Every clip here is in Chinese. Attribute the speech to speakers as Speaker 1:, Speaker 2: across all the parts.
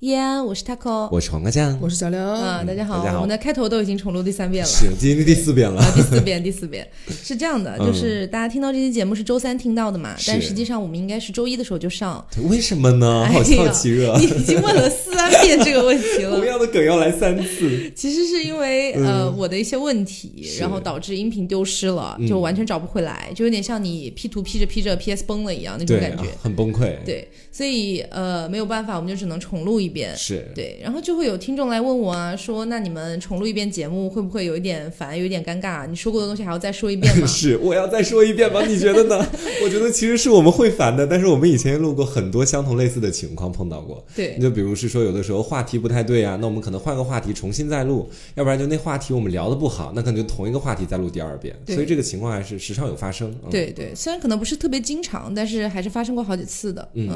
Speaker 1: 叶安，我是 Taco，
Speaker 2: 我是黄瓜酱，
Speaker 3: 我是小刘。
Speaker 1: 啊，大家好，
Speaker 2: 大家好
Speaker 1: 我们的开头都已经重录第三遍了。
Speaker 2: 是今天第四遍了，
Speaker 1: 啊，第四遍，第四 遍是这样的，就是大家听到这期节目是周三听到的嘛，但
Speaker 2: 是
Speaker 1: 实际上我们应该是周一的时候就 上。
Speaker 2: 对为什么呢？
Speaker 1: 哎
Speaker 2: 好
Speaker 1: 呀
Speaker 2: 好奇热，啊
Speaker 1: 你已经问了三遍这个问题 了
Speaker 2: 同，样的梗要来三次，
Speaker 1: 其实是因为呃我的一些问题，
Speaker 2: 嗯是嗯
Speaker 1: 然后导致音频丢失了，就完全找不回来，就有点像你 P 图 P 着 P 着 PS 崩了一样那种
Speaker 2: 对，
Speaker 1: 感觉
Speaker 2: 啊。很崩溃，，
Speaker 1: 对，所以呃没有办法，我们就只能重录一遍。
Speaker 2: 是，
Speaker 1: 对，然后就会有听众来问我啊，说那你们重录一遍节目会不会有一点烦，有一点尴尬？你说过的东西还要再说一遍 吗？
Speaker 2: 是，我要再说一遍吗？你觉 得呢？我觉得其实是我们会烦的，但是我们以前录过很多相同类似的情况，碰到过。
Speaker 1: 对
Speaker 2: 你就比如是说，有的时候话题不太对啊，那我们可能换个话题重新再录，要不然就那话题我们聊的不好，那可能就同一个话题再录第二遍。
Speaker 1: 对
Speaker 2: 所以这个情况还是时常有发生。嗯、
Speaker 1: 对对，虽然可能不是特别经常，但是还是发生过好几次的。
Speaker 2: 嗯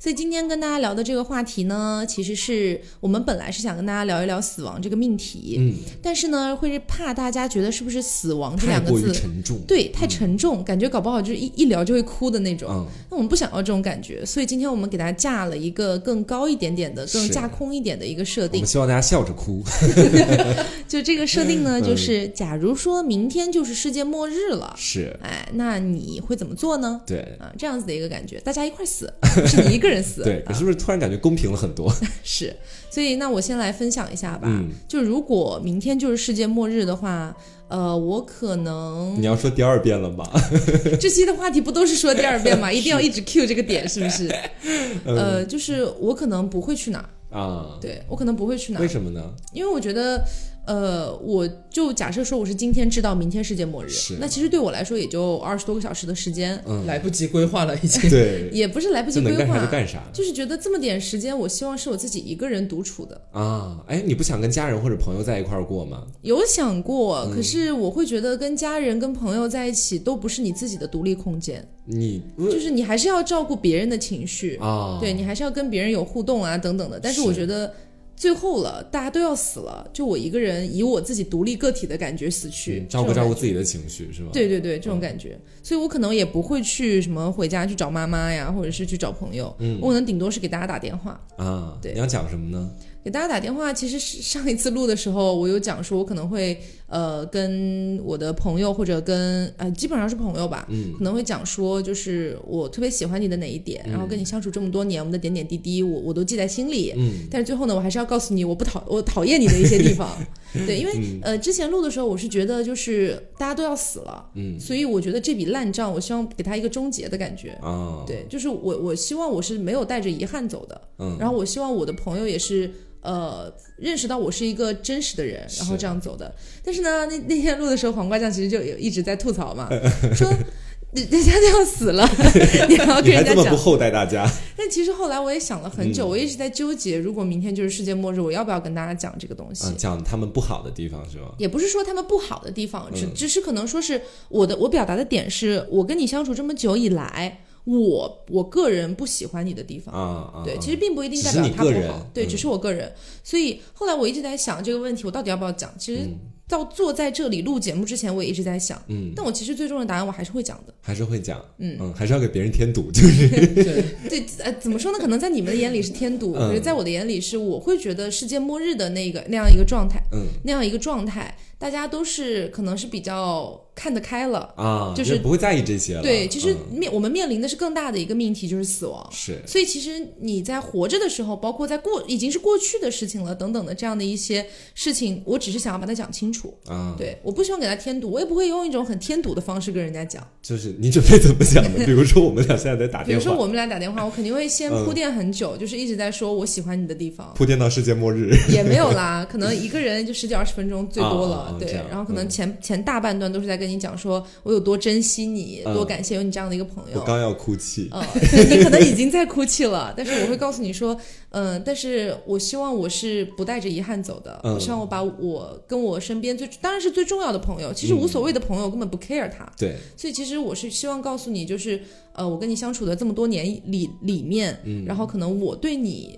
Speaker 1: 所以今天跟大家聊的这个话题呢，其实是我们本来是想跟大家聊一聊死亡这个命题，
Speaker 2: 嗯，
Speaker 1: 但是呢，会是怕大家觉得是不是死亡这
Speaker 2: 太
Speaker 1: 两个
Speaker 2: 过于
Speaker 1: 字，
Speaker 2: 沉重。
Speaker 1: 对，太沉重，感觉搞不好就是一一聊就会哭的那种。
Speaker 2: 嗯，
Speaker 1: 那我们不想要这种感觉，所以今天我们给大家架了一个更高一点点的、更
Speaker 2: 是
Speaker 1: 架空一点的一个设
Speaker 2: 我
Speaker 1: 定
Speaker 2: 们。希望大家笑着哭。
Speaker 1: 就这个设定呢，就是假如说明天就是世界末日了，
Speaker 2: 是，
Speaker 1: 哎，那你会怎么做呢？
Speaker 2: 对。
Speaker 1: 啊，这样子的一个感觉，大家一块儿 死，不是你一个人死。
Speaker 2: 对，
Speaker 1: 啊
Speaker 2: 是不是突然感觉公平了很多？
Speaker 1: 是。所以那我先来分享一下吧。
Speaker 2: 嗯
Speaker 1: 就如果明天就是世界末日的话，呃，我可能
Speaker 2: 你要说第二遍了吧？
Speaker 1: 这期的话题不都是说第二 遍吗？一定要一直 cue 这个点，是不是？呃，就是我可能不会去哪儿，
Speaker 2: 啊，
Speaker 1: 嗯对我可能不会去哪
Speaker 2: 为
Speaker 1: 儿，
Speaker 2: 什么呢？
Speaker 1: 因为我觉得，呃，我就假设说我是今天知道明天世界末日
Speaker 2: 是，
Speaker 1: 那其实对我来说也就二十多个小时的时间，
Speaker 2: 嗯，
Speaker 3: 来不及规划了，已经。
Speaker 2: 对，
Speaker 1: 也不是来不及
Speaker 2: 就能
Speaker 1: 规
Speaker 2: 干啥
Speaker 1: 划
Speaker 2: 就，干啥
Speaker 1: 就是觉得这么点时间，我希望是我自己一个人独处的。
Speaker 2: 啊。哎，你不想跟家人或者朋友在一块儿过吗？
Speaker 1: 有想过，
Speaker 2: 嗯
Speaker 1: 可是我会觉得跟家人、跟朋友在一起都不是你自己的独立空间，
Speaker 2: 你
Speaker 1: 就是你还是要照顾别人的情绪。
Speaker 2: 啊，
Speaker 1: 对你还是要跟别人有互动啊等等的。但是我
Speaker 2: 是
Speaker 1: 觉得最后了，大家都要死了，就我一个人以我自己独立个体的感觉死去，
Speaker 2: 嗯照顾
Speaker 1: 这种
Speaker 2: 照
Speaker 1: 感
Speaker 2: 顾
Speaker 1: 觉。
Speaker 2: 自己的情绪是吧？
Speaker 1: 对对对，这种感觉，所以我可能也不会去什么回家去找妈妈呀，或者是去找朋友，我可能顶多是给大家打电话。
Speaker 2: 嗯啊，
Speaker 1: 对
Speaker 2: 你要讲什么呢？
Speaker 1: 给大家打电话，其实是上一次录的时候，我有讲说，我可能会呃跟我的朋友或者跟呃基本上是朋友吧，
Speaker 2: 嗯
Speaker 1: 可能会讲说，就是我特别喜欢你的哪一点，然后跟你相处这么多年，我们的点点滴滴，我我都记在心里。
Speaker 2: 嗯，
Speaker 1: 但是最后呢，我还是要告诉你，我不讨 我讨厌你的一些地方，对，因为、呃之前录的时候，我是觉得就是大家都要死了，
Speaker 2: 嗯
Speaker 1: 所以我觉得这笔烂账，我希望给他一个终结的感觉。
Speaker 2: 啊，，
Speaker 1: 对，就是我我希望我是没有带着遗憾走的，
Speaker 2: 嗯，
Speaker 1: 然后我希望我的朋友也是呃认识到我是一个真实的人，然后
Speaker 2: 是
Speaker 1: 这样走的。但是呢，那那天录的时候，黄瓜酱其实就有一直在吐槽 嘛，说 人人家都要死了， 你还要跟
Speaker 2: 你还
Speaker 1: 人家
Speaker 2: 这么不嗯
Speaker 1: 讲。
Speaker 2: 厚待大 家，啊
Speaker 1: 但其实后来我也想了很久，我一直在纠结，如果明天就是世界末日，我要不要跟大家讲这个东西？
Speaker 2: 嗯，讲他们不好的地方是吧？
Speaker 1: 也不是说他们不好的地方，
Speaker 2: 嗯
Speaker 1: 只只是可能说是我的我表达的点是我跟你相处这么久以来，我我个人不喜欢你的地方。
Speaker 2: 啊啊，
Speaker 1: 对，
Speaker 2: 啊
Speaker 1: 其实并不一定代
Speaker 2: 只是
Speaker 1: 表
Speaker 2: 你
Speaker 1: 他
Speaker 2: 个
Speaker 1: 不
Speaker 2: 人
Speaker 1: 好，对，
Speaker 2: 嗯
Speaker 1: 只是我个人。所以后来我一直在想这个问题，我到底要不要讲？其实到坐在这里录节目之前，我也一直在想，
Speaker 2: 嗯，
Speaker 1: 但我其实最终的答案我还是会讲的。
Speaker 2: 还是会讲，
Speaker 1: 嗯
Speaker 2: 嗯，还是要给别人添堵，就 是
Speaker 3: 对，
Speaker 1: 对，呃，怎么说呢？可能在你们的眼里是添堵，
Speaker 2: 嗯
Speaker 1: 可是在我的眼里是，我会觉得世界末日的那个那样一个状态，
Speaker 2: 嗯
Speaker 1: 那样一个状态，大家都是可能是比较看得开了。
Speaker 2: 啊，
Speaker 1: 就是
Speaker 2: 不会在意这些了。
Speaker 1: 对，其实
Speaker 2: 嗯
Speaker 1: 面我们面临的是更大的一个命题，就是死亡。
Speaker 2: 是
Speaker 1: 所以其实你在活着的时候，包括在过已经是过去的事情了等等的这样的一些事情，我只是想要把它讲清楚。
Speaker 2: 啊，
Speaker 1: 对，我不希望给他添堵，我也不会用一种很添堵的方式跟人家讲。
Speaker 2: 就是你准备怎么讲 的？比如说我们俩现在在打
Speaker 1: 比
Speaker 2: 电
Speaker 1: 如
Speaker 2: 话，
Speaker 1: 说我们俩打电话，我肯定会先
Speaker 2: 嗯
Speaker 1: 铺垫很久，就是一直在说我喜欢你的地方，
Speaker 2: 铺垫到世界末日。
Speaker 1: 也没有啦，可能一个人就十几二十分钟最多了，
Speaker 2: 啊啊啊
Speaker 1: 对
Speaker 2: 这样。
Speaker 1: 然后可能前、前大半段都是在跟你讲说我有多珍惜你，
Speaker 2: 嗯
Speaker 1: 多感谢有你这样的一个朋友
Speaker 2: 我。刚要哭泣，
Speaker 1: 呃， 你可能已经在哭泣了，但是我会告诉你说，嗯，但是我希望我是不带着遗憾走的，
Speaker 2: 嗯
Speaker 1: 我希望我把我跟我身边最当然是最重要的朋友，其实无所谓的朋友根
Speaker 2: 嗯
Speaker 1: 本不 care 他，
Speaker 2: 对，
Speaker 1: 所以其实我是希望告诉你，就是呃，我跟你相处的这么多年里里面，
Speaker 2: 嗯
Speaker 1: 然后可能我对你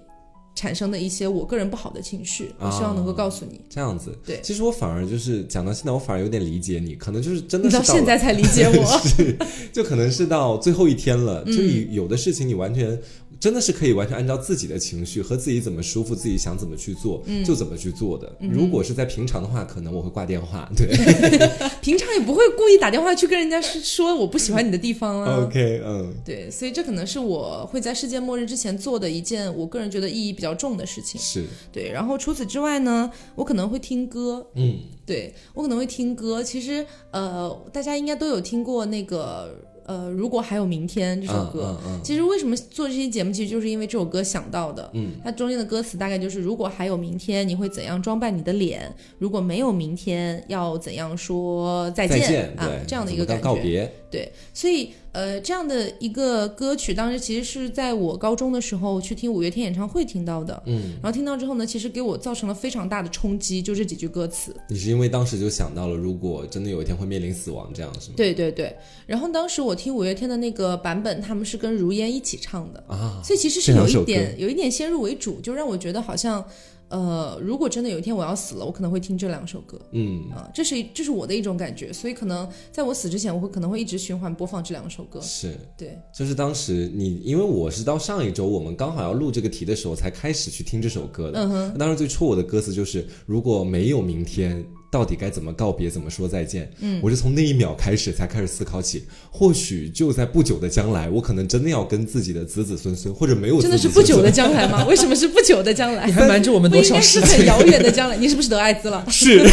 Speaker 1: 产生的一些我个人不好的情绪，
Speaker 2: 啊
Speaker 1: 我希望能够告诉你。
Speaker 2: 这样子。
Speaker 1: 对
Speaker 2: 其实我反而就是讲到现在，我反而有点理解你，可能就是真的
Speaker 1: 你
Speaker 2: 是
Speaker 1: 到现
Speaker 2: 了
Speaker 1: 在才理解我， 嗯
Speaker 2: 就可能是到最后一天了，就有有的事情你完全真的是可以完全按照自己的情绪和自己怎么舒服，自己想怎么去做、嗯、就怎么去做的。
Speaker 1: 嗯
Speaker 2: 如果是在平常的话，可能我会挂电话，对，
Speaker 1: 平常也不会故意打电话去跟人家说我不喜欢你的地方啊。
Speaker 2: OK，嗯，
Speaker 1: 对，所以这可能是我会在世界末日之前做的一件我个人觉得意义比较重的事情。
Speaker 2: 是
Speaker 1: 对，然后除此之外呢，我可能会听歌，
Speaker 2: 嗯，
Speaker 1: 对我可能会听歌。其实呃，大家应该都有听过那个。呃，如果还有明天这首歌，
Speaker 2: 嗯嗯嗯、
Speaker 1: 其实为什么做这期节目，其实就是因为这首歌想到的。
Speaker 2: 嗯，
Speaker 1: 它中间的歌词大概就是：如果还有明天，你会怎样装扮你的脸？如果没有明天，要怎样说再见？
Speaker 2: 再见
Speaker 1: 啊，这样的一个感觉。
Speaker 2: 告别。
Speaker 1: 对，所以呃，这样的一个歌曲，当时其实是在我高中的时候去听五月天演唱会听到的。
Speaker 2: 嗯，
Speaker 1: 然后听到之后呢，其实给我造成了非常大的冲击，就这几句歌词。
Speaker 2: 你是因为当时就想到了，如果真的有一天会面临死亡，这样是吗？
Speaker 1: 对对对。然后当时我听五月天的那个版本，他们是跟如烟一起唱的
Speaker 2: 啊，
Speaker 1: 所以其实是有一点有一点先入为主，就让我觉得好像。呃，如果真的有一天我要死了，我可能会听这两首歌，
Speaker 2: 嗯
Speaker 1: 啊，这是这是我的一种感觉，所以可能在我死之前，我会可能会一直循环播放这两首歌。
Speaker 2: 是，
Speaker 1: 对，
Speaker 2: 就是当时你，因为我是到上一周我们刚好要录这个题的时候才开始去听这首歌的，
Speaker 1: 嗯哼，
Speaker 2: 当时最戳我的歌词就是如果没有明天。到底该怎么告别，怎么说再见？
Speaker 1: 嗯，
Speaker 2: 我是从那一秒开始才开始思考起，或许就在不久的将来，我可能真的要跟自己的子子孙孙，或者没有子
Speaker 1: 真
Speaker 2: 子
Speaker 1: 的
Speaker 2: 孙
Speaker 1: 是
Speaker 2: 孙
Speaker 1: 不久的将来吗？为什么是不久的将来
Speaker 3: 你？还瞒着我们
Speaker 1: 不
Speaker 3: 多
Speaker 1: 应
Speaker 3: 少
Speaker 1: 该
Speaker 3: 事
Speaker 1: 是
Speaker 3: 情
Speaker 1: 很？遥远的将来？你是不是得艾滋 了？
Speaker 2: 是，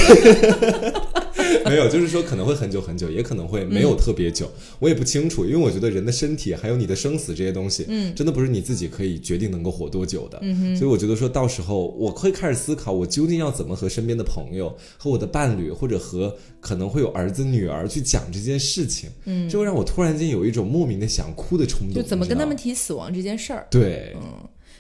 Speaker 2: 没有，就是说可能会很久很久，也可能会没有特别久，我也不清楚，因为我觉得人的身体还有你的生死这些东西，
Speaker 1: 嗯，
Speaker 2: 真的不是你自己可以决定能够活多久的，
Speaker 1: 嗯哼，
Speaker 2: 所以我觉得说到时候我会开始思考，我究竟要怎么和身边的朋友、和我的伴侣，或者和可能会有儿子、女儿去讲这件事情，
Speaker 1: 嗯，
Speaker 2: 这会让我突然间有一种莫名的想哭的冲动，
Speaker 1: 就怎么
Speaker 2: 你知
Speaker 1: 跟
Speaker 2: 道
Speaker 1: 他们
Speaker 2: 吗
Speaker 1: 提死亡这件事儿？
Speaker 2: 对，
Speaker 1: 嗯，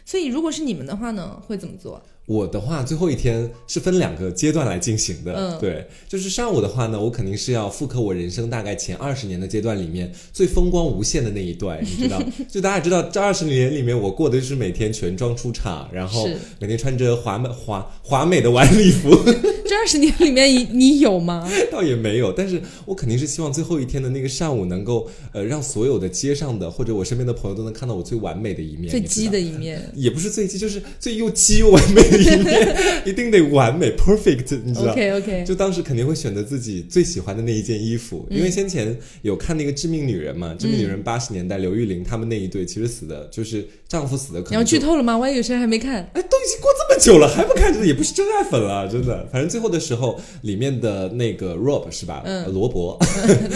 Speaker 1: 所以如果是你们的话呢，会怎么做？
Speaker 2: 我的话，最后一天是分两个阶段来进行的。
Speaker 1: 嗯
Speaker 2: 对，就是上午的话呢，我肯定是要复刻我人生大概前二十年的阶段里面最风光无限的那一段，你 知道？就大家知道，这二十年里面，我过的就是每天全妆出场，然后
Speaker 1: 是
Speaker 2: 每天穿着华美华华美的晚礼服，
Speaker 1: 这二十年里面你，你有吗？
Speaker 2: 倒也没有，但是我肯定是希望最后一天的那个上午能够，呃，让所有的街上的或者我身边的朋友都能看到我最完美的一面，
Speaker 1: 最
Speaker 2: 你知
Speaker 1: 鸡
Speaker 2: 道
Speaker 1: 的一面。
Speaker 2: 也不是最鸡，就是最又鸡又完美的一面，一定得完美 perfect，你知道。
Speaker 1: OK OK，
Speaker 2: 就当时肯定会选择自己最喜欢的那一件衣服，因为先前有看那个《致命女人》嘛，《致命
Speaker 1: 嗯
Speaker 2: 女人》八十年代刘玉玲他们那一对，其实死的就是丈夫死的可能
Speaker 1: 你要剧
Speaker 2: 就
Speaker 1: 透了吗？万一有些人还没看。
Speaker 2: 哎，都已经过这么久了，还不看，这也不是真爱粉了，真的。反正最后的时候，里面的那个 Rob 是吧？
Speaker 1: 嗯哦
Speaker 2: 呃罗伯，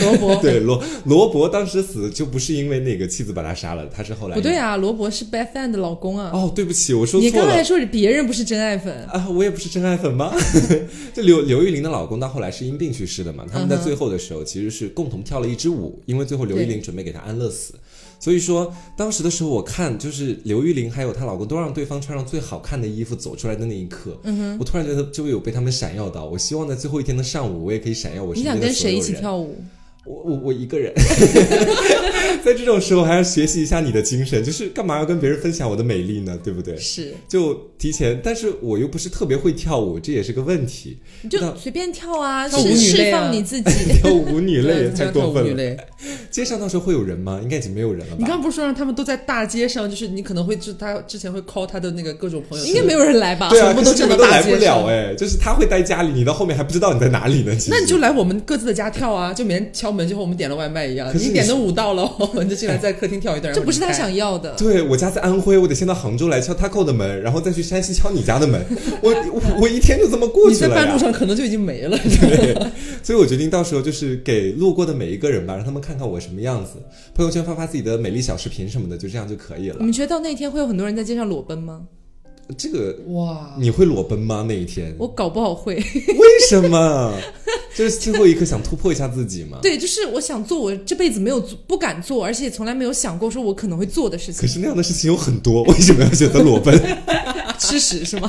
Speaker 1: 罗伯，
Speaker 2: 对罗罗伯当时死就不是因为那个妻子把他杀了，他是后来
Speaker 1: 不对啊，罗伯是 Beth Ann 的老公啊。
Speaker 2: 哦，对不起，我说
Speaker 1: 你
Speaker 2: 错
Speaker 1: 刚
Speaker 2: 了
Speaker 1: 才。说别人不是真爱粉，
Speaker 2: 啊，我也不是真爱粉吗？ 就刘刘玉玲的老公到后来是因病去世的嘛，他们在
Speaker 1: 嗯哼
Speaker 2: 最后的时候其实是共同跳了一支舞，因为最后刘玉玲准备给他安乐死。所以说，当时的时候，我看就是刘玉玲还有她老公都让对方穿上最好看的衣服走出来的那一刻，
Speaker 1: 嗯
Speaker 2: 我突然觉得就有被他们闪耀到。我希望在最后一天的上午，我也可以闪耀我
Speaker 1: 你
Speaker 2: 身
Speaker 1: 想
Speaker 2: 边的
Speaker 1: 跟
Speaker 2: 所
Speaker 1: 谁一
Speaker 2: 有
Speaker 1: 起
Speaker 2: 人。
Speaker 1: 跳舞？
Speaker 2: 我我我一个人， 在这种时候还要学习一下你的精神，就是干嘛要跟别人分享我的美丽呢？对不对？
Speaker 1: 是，
Speaker 2: 就提前，但是我又不是特别会跳舞，这也是个问 题。
Speaker 1: 你
Speaker 2: 那
Speaker 1: 就随便跳啊，
Speaker 3: 跳舞女
Speaker 1: 释释
Speaker 3: 类啊
Speaker 1: 放你自 己。
Speaker 2: 跳舞女类 也太过
Speaker 3: 跳舞
Speaker 2: 分
Speaker 3: 女
Speaker 2: 了。
Speaker 3: 类，
Speaker 2: 街上到时候会有人吗？应该已经没有人了
Speaker 3: 你
Speaker 2: 吧？
Speaker 3: 刚不是说让他们都在大街上，就是你可能会就他之前会 call 他的那个各种朋友，
Speaker 1: 应该没有人来吧？
Speaker 2: 对啊，
Speaker 3: 全部
Speaker 2: 可
Speaker 3: 都
Speaker 2: 是你
Speaker 3: 站
Speaker 2: 们
Speaker 3: 到
Speaker 2: 都
Speaker 3: 大
Speaker 2: 来
Speaker 3: 街
Speaker 2: 不了
Speaker 3: 上
Speaker 2: 哎、就是他会待家里，你到后面还不知道你在哪里呢。其实
Speaker 3: 那你就来我们各自的家跳啊，就每人敲门，就和我们点了外卖一样。
Speaker 2: 可是
Speaker 3: 你
Speaker 2: 你
Speaker 3: 点的舞到了， 你就进来在客厅跳一段。
Speaker 1: 这不是他
Speaker 3: 然后
Speaker 1: 想要的。
Speaker 2: 对我家在安徽，我得先到杭州来敲 Taco 的门，然后再去山西敲你家的 门。我我我一天就这么过
Speaker 3: 离
Speaker 2: 去
Speaker 3: 开你
Speaker 2: 了
Speaker 3: 在半路
Speaker 2: 呀。
Speaker 3: 上可能就已经没了。
Speaker 2: 对，所以我决定到时候就是给路过的每一个人吧，让他们看看我什么样子，朋友圈发发自己的美丽小视频什么的，就这样就可以
Speaker 1: 你
Speaker 2: 了。
Speaker 1: 们觉得到那天会有很多人在街上裸奔吗？
Speaker 2: 这个
Speaker 3: 哇，
Speaker 2: 你会裸奔吗？那一天？
Speaker 1: 我搞不好会。
Speaker 2: 为什么？就是最后一刻想突破一下自己嘛。
Speaker 1: 对，就是我想做我这辈子没有做、不敢做，而且从来没有想过说我可能会做的事
Speaker 2: 可
Speaker 1: 情。
Speaker 2: 是那样的事情有很多， 为什么要选择裸奔？
Speaker 1: 吃屎是吗？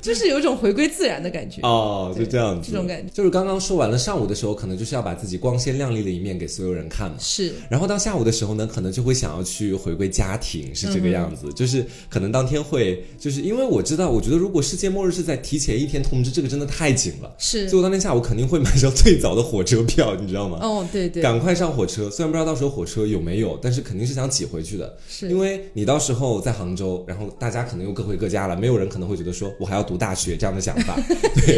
Speaker 1: 就是有一种回归自然的感觉。
Speaker 2: 哦，就这样子，
Speaker 1: 这种感觉
Speaker 2: 就是刚刚说完了上午的时候，可能就是要把自己光鲜亮丽的一面给所有人看嘛。
Speaker 1: 是，
Speaker 2: 然后到下午的时候呢，可能就会想要去回归家庭，是这个样子。
Speaker 1: 嗯
Speaker 2: 就是可能当天会，就是因为我知道，我觉得如果世界末日是在提前一天通知，这个真的太紧了。
Speaker 1: 是
Speaker 2: 所以我当天下午肯定会买上最早的火车票，你知道吗？
Speaker 1: 哦，对对，
Speaker 2: 赶快上火车，虽然不知道到时候火车有没有，但是肯定是想挤回去的。
Speaker 1: 是
Speaker 2: 因为你到时候在杭州，然后大家可能又各回各家了，没有人可能会觉得说我还要读大学这样的想 法，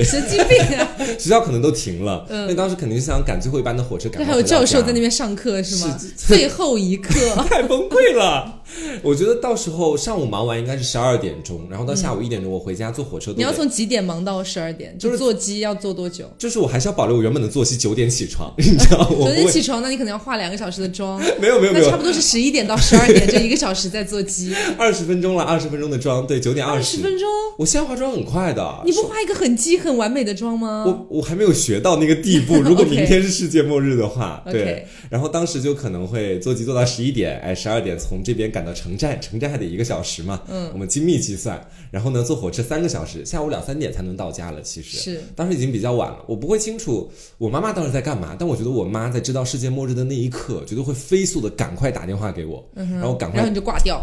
Speaker 1: 神经病啊！
Speaker 2: 学校可能都停了。那、当时肯定是想赶最后一班的火车，
Speaker 1: 这
Speaker 2: 赶
Speaker 1: 嗯
Speaker 2: 快
Speaker 1: 还有
Speaker 2: 回到
Speaker 1: 教授
Speaker 2: 家
Speaker 1: 在那边上课是吗？最后一 课
Speaker 2: 太崩溃了。我觉得到时候上午忙完应该是十二点钟，然后到下午一点钟我回家坐火车都
Speaker 1: 你要
Speaker 2: 得
Speaker 1: 从几点忙到十二点？
Speaker 2: 就是
Speaker 1: 就坐机要坐多久？
Speaker 2: 就是我还是要保留我原本的作息，九点起 床，你知道我
Speaker 1: 昨
Speaker 2: 不
Speaker 1: 天
Speaker 2: 会
Speaker 1: 起床，那你可能要化两个小时的妆，
Speaker 2: 没有没有没
Speaker 1: 那差
Speaker 2: 有
Speaker 1: 不多是十一点到十二点，这一个小时在做机，
Speaker 2: 二十分钟了，二十分钟的妆，对，九点 二
Speaker 1: 二十
Speaker 2: 十。
Speaker 1: 分钟，
Speaker 2: 我现在化妆很快的，
Speaker 1: 你不化一个很机很完美的妆吗？
Speaker 2: 啊我我还没有学到那个地 步。如果
Speaker 1: 嗯 OK
Speaker 2: 明天是世界末日的话
Speaker 1: OK
Speaker 2: 对，然后当时就可能会坐机坐到十一点，哎，十二点从这边赶到城寨，城寨还得一个小时嘛，嗯，我们精密计算，然后呢坐火车三个小时，下午两三点才能到家了。其实
Speaker 1: 是
Speaker 2: 当时已经比较晚了，我不会清楚我妈妈当时在干嘛，但我觉得我妈在知道世界末日的那一刻，绝对会飞速的赶快打电话给我，
Speaker 1: 嗯
Speaker 2: 然后赶快
Speaker 1: 然后你就挂掉，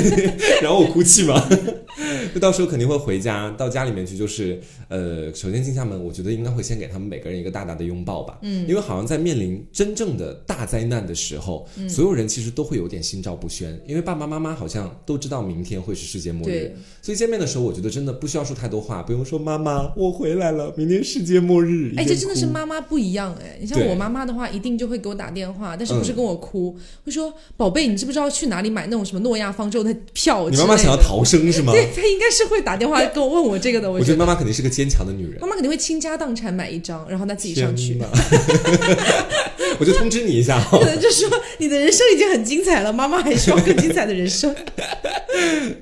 Speaker 2: 然后我哭泣嘛， 就到时候肯定会回家，到家里面去就是，呃，首先进家门，我觉得应该会先给他们每个人一个大大的拥抱吧，嗯，因为好像在面临真正的大灾难的时候，
Speaker 1: 嗯
Speaker 2: 所有人其实都会有点心照不宣，因为爸爸妈妈好像都知道明天会是世界末日
Speaker 1: 对，
Speaker 2: 所以见面的时候，我觉得真的不需要说太多话，不用说妈妈，我回来了，明天世界末日，
Speaker 1: 哎，
Speaker 2: 一边
Speaker 1: 这真的是
Speaker 2: 哭
Speaker 1: 妈妈不一样哎。你像
Speaker 2: 对嗯
Speaker 1: 我妈妈的话，一定就会给我打电话，但是不是跟我哭，会说宝贝，你知不知道去哪里买那种什么诺亚方舟的票之
Speaker 2: 你
Speaker 1: 类的？
Speaker 2: 妈妈想要逃生是吗？
Speaker 1: 对，她应该是会打电话跟我问我这个的。我
Speaker 2: 我觉
Speaker 1: 觉
Speaker 2: 得
Speaker 1: 得
Speaker 2: 妈妈肯定是个坚强的女人
Speaker 1: 妈。妈肯定会倾家荡产买一张，然后她自己上去
Speaker 2: 天。哪 我就通知你一下、哦
Speaker 1: 可。能就说你的人生已经很精彩了，妈妈还需要更精彩的人 生。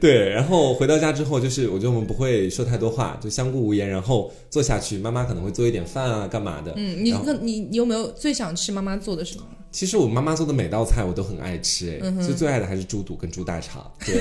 Speaker 2: 对，然后回到家之后，就是我觉得我们不会说太多话，就相顾无言，然后坐下去，妈妈可能会做一点饭啊，干嘛的。
Speaker 1: 嗯，你
Speaker 2: 然后
Speaker 1: 更你你有没有最想吃妈妈做的什 么？
Speaker 2: 其实我妈妈做的每道菜我都很爱吃，哎、
Speaker 1: 嗯
Speaker 2: 就最爱的还是猪肚跟猪大肠。对，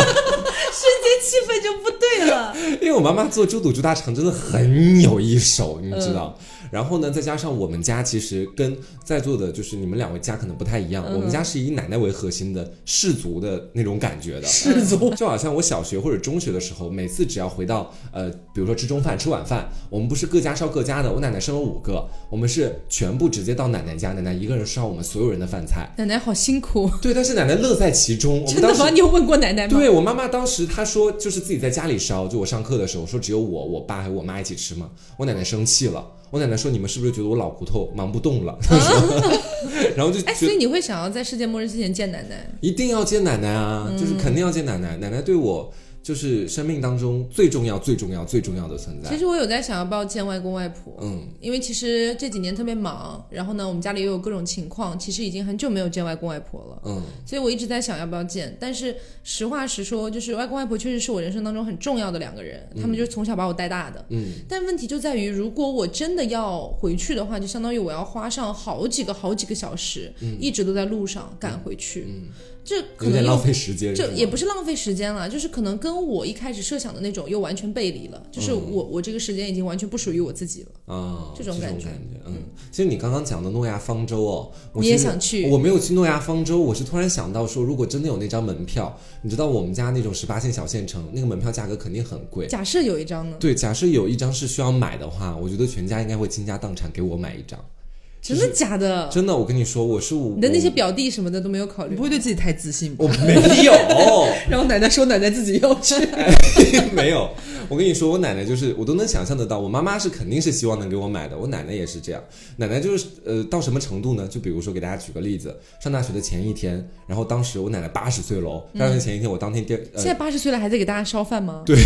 Speaker 1: 瞬间气氛就不对了。
Speaker 2: 因为我妈妈做猪肚猪大肠真的很有一手，你
Speaker 1: 嗯
Speaker 2: 知道。然后呢，再加上我们家其实跟在座的就是你们两位家可能不太一样，我们家
Speaker 1: 嗯
Speaker 2: 是以奶奶为核心的氏族的那种 感觉的。
Speaker 3: 氏族
Speaker 2: 就好像我小学或者中学的时候，每次只要回到呃，比如说吃中饭、吃晚饭，我们不是各家烧各家的，我奶奶生了五个，我们是全部直接到奶奶家，奶奶一个人烧我们所有人的饭菜。
Speaker 1: 奶奶好辛苦，
Speaker 2: 对，但是奶奶乐在其中。我
Speaker 1: 真
Speaker 2: 们
Speaker 1: 的
Speaker 2: 当时
Speaker 1: 吗？你有问过奶奶吗？
Speaker 2: 对我妈妈当时她说，就是自己在家里烧，就我上课的时候说只有我、我爸还有我妈一起吃嘛。我奶奶生气了，我奶奶说你们是不是觉得我老骨头忙不动了？她说然后就
Speaker 1: 哎，
Speaker 2: 觉
Speaker 1: 所
Speaker 2: 得
Speaker 1: 以你会想要在世界末日之前见奶奶？
Speaker 2: 一定要见奶奶啊，就是肯定要见奶奶。奶奶对我就是生命当中最重要、最重要、最重要的存
Speaker 1: 其
Speaker 2: 在。
Speaker 1: 实我有在想要不要见外公外婆，
Speaker 2: 嗯，
Speaker 1: 因为其实这几年特别忙，然后呢，我们家里又有各种情况，其实已经很久没有见外公外婆了。
Speaker 2: 嗯，
Speaker 1: 所以我一直在想要不要见，但是实话实说，就是外公外婆确实是我人生当中很重要的两个人，他们就是从小把我带大的。
Speaker 2: 嗯，
Speaker 1: 但问题就在于，如果我真的要回去的话，就相当于我要花上好几个好几个小时，一直都在路上赶回去，
Speaker 2: 嗯
Speaker 1: 这可
Speaker 2: 有
Speaker 1: 能
Speaker 2: 点浪
Speaker 1: 又
Speaker 2: 费时间，
Speaker 1: 这
Speaker 2: 是吗
Speaker 1: 也不是浪费时间了，就是可能跟我一开始设想的那种又完全背离了，就是
Speaker 2: 嗯
Speaker 1: 我、我这个时间已经完全不属于我自己了。
Speaker 2: 啊，
Speaker 1: 这种感觉
Speaker 2: 嗯，其实你刚刚讲的诺亚方舟哦，我
Speaker 1: 你也
Speaker 2: 其实
Speaker 1: 想去
Speaker 2: 我没有去诺亚方舟，我是突然想到说，如果真的有那张门票，你知道我们家那种十八线小县城，那个门票价格肯定很贵。
Speaker 1: 假设有一张呢，
Speaker 2: 对，假设有一张是需要买的话，我觉得全家应该会倾家荡产给我买一张。
Speaker 1: 真的假的？
Speaker 2: 真的，我跟你说，我是我
Speaker 1: 你的啊那些表弟什么的都没有考
Speaker 3: 你
Speaker 1: 虑
Speaker 3: 不。会对自己太自信吧？
Speaker 2: 我 没有，
Speaker 3: 然后奶奶说奶奶自己要去，
Speaker 2: 没有，我跟你说，我奶奶就是我都能想象得到，我妈妈是肯定是希望能给我买的，我奶奶也是这样。奶奶就是呃，到什么程度呢？就比如说给大家举个例子，上大学的前一天，然后当时我奶奶八十岁喽，上大学前一天我当天第二、
Speaker 1: 现
Speaker 2: 呃
Speaker 1: 在八十岁了还在给大家烧饭吗
Speaker 2: 对，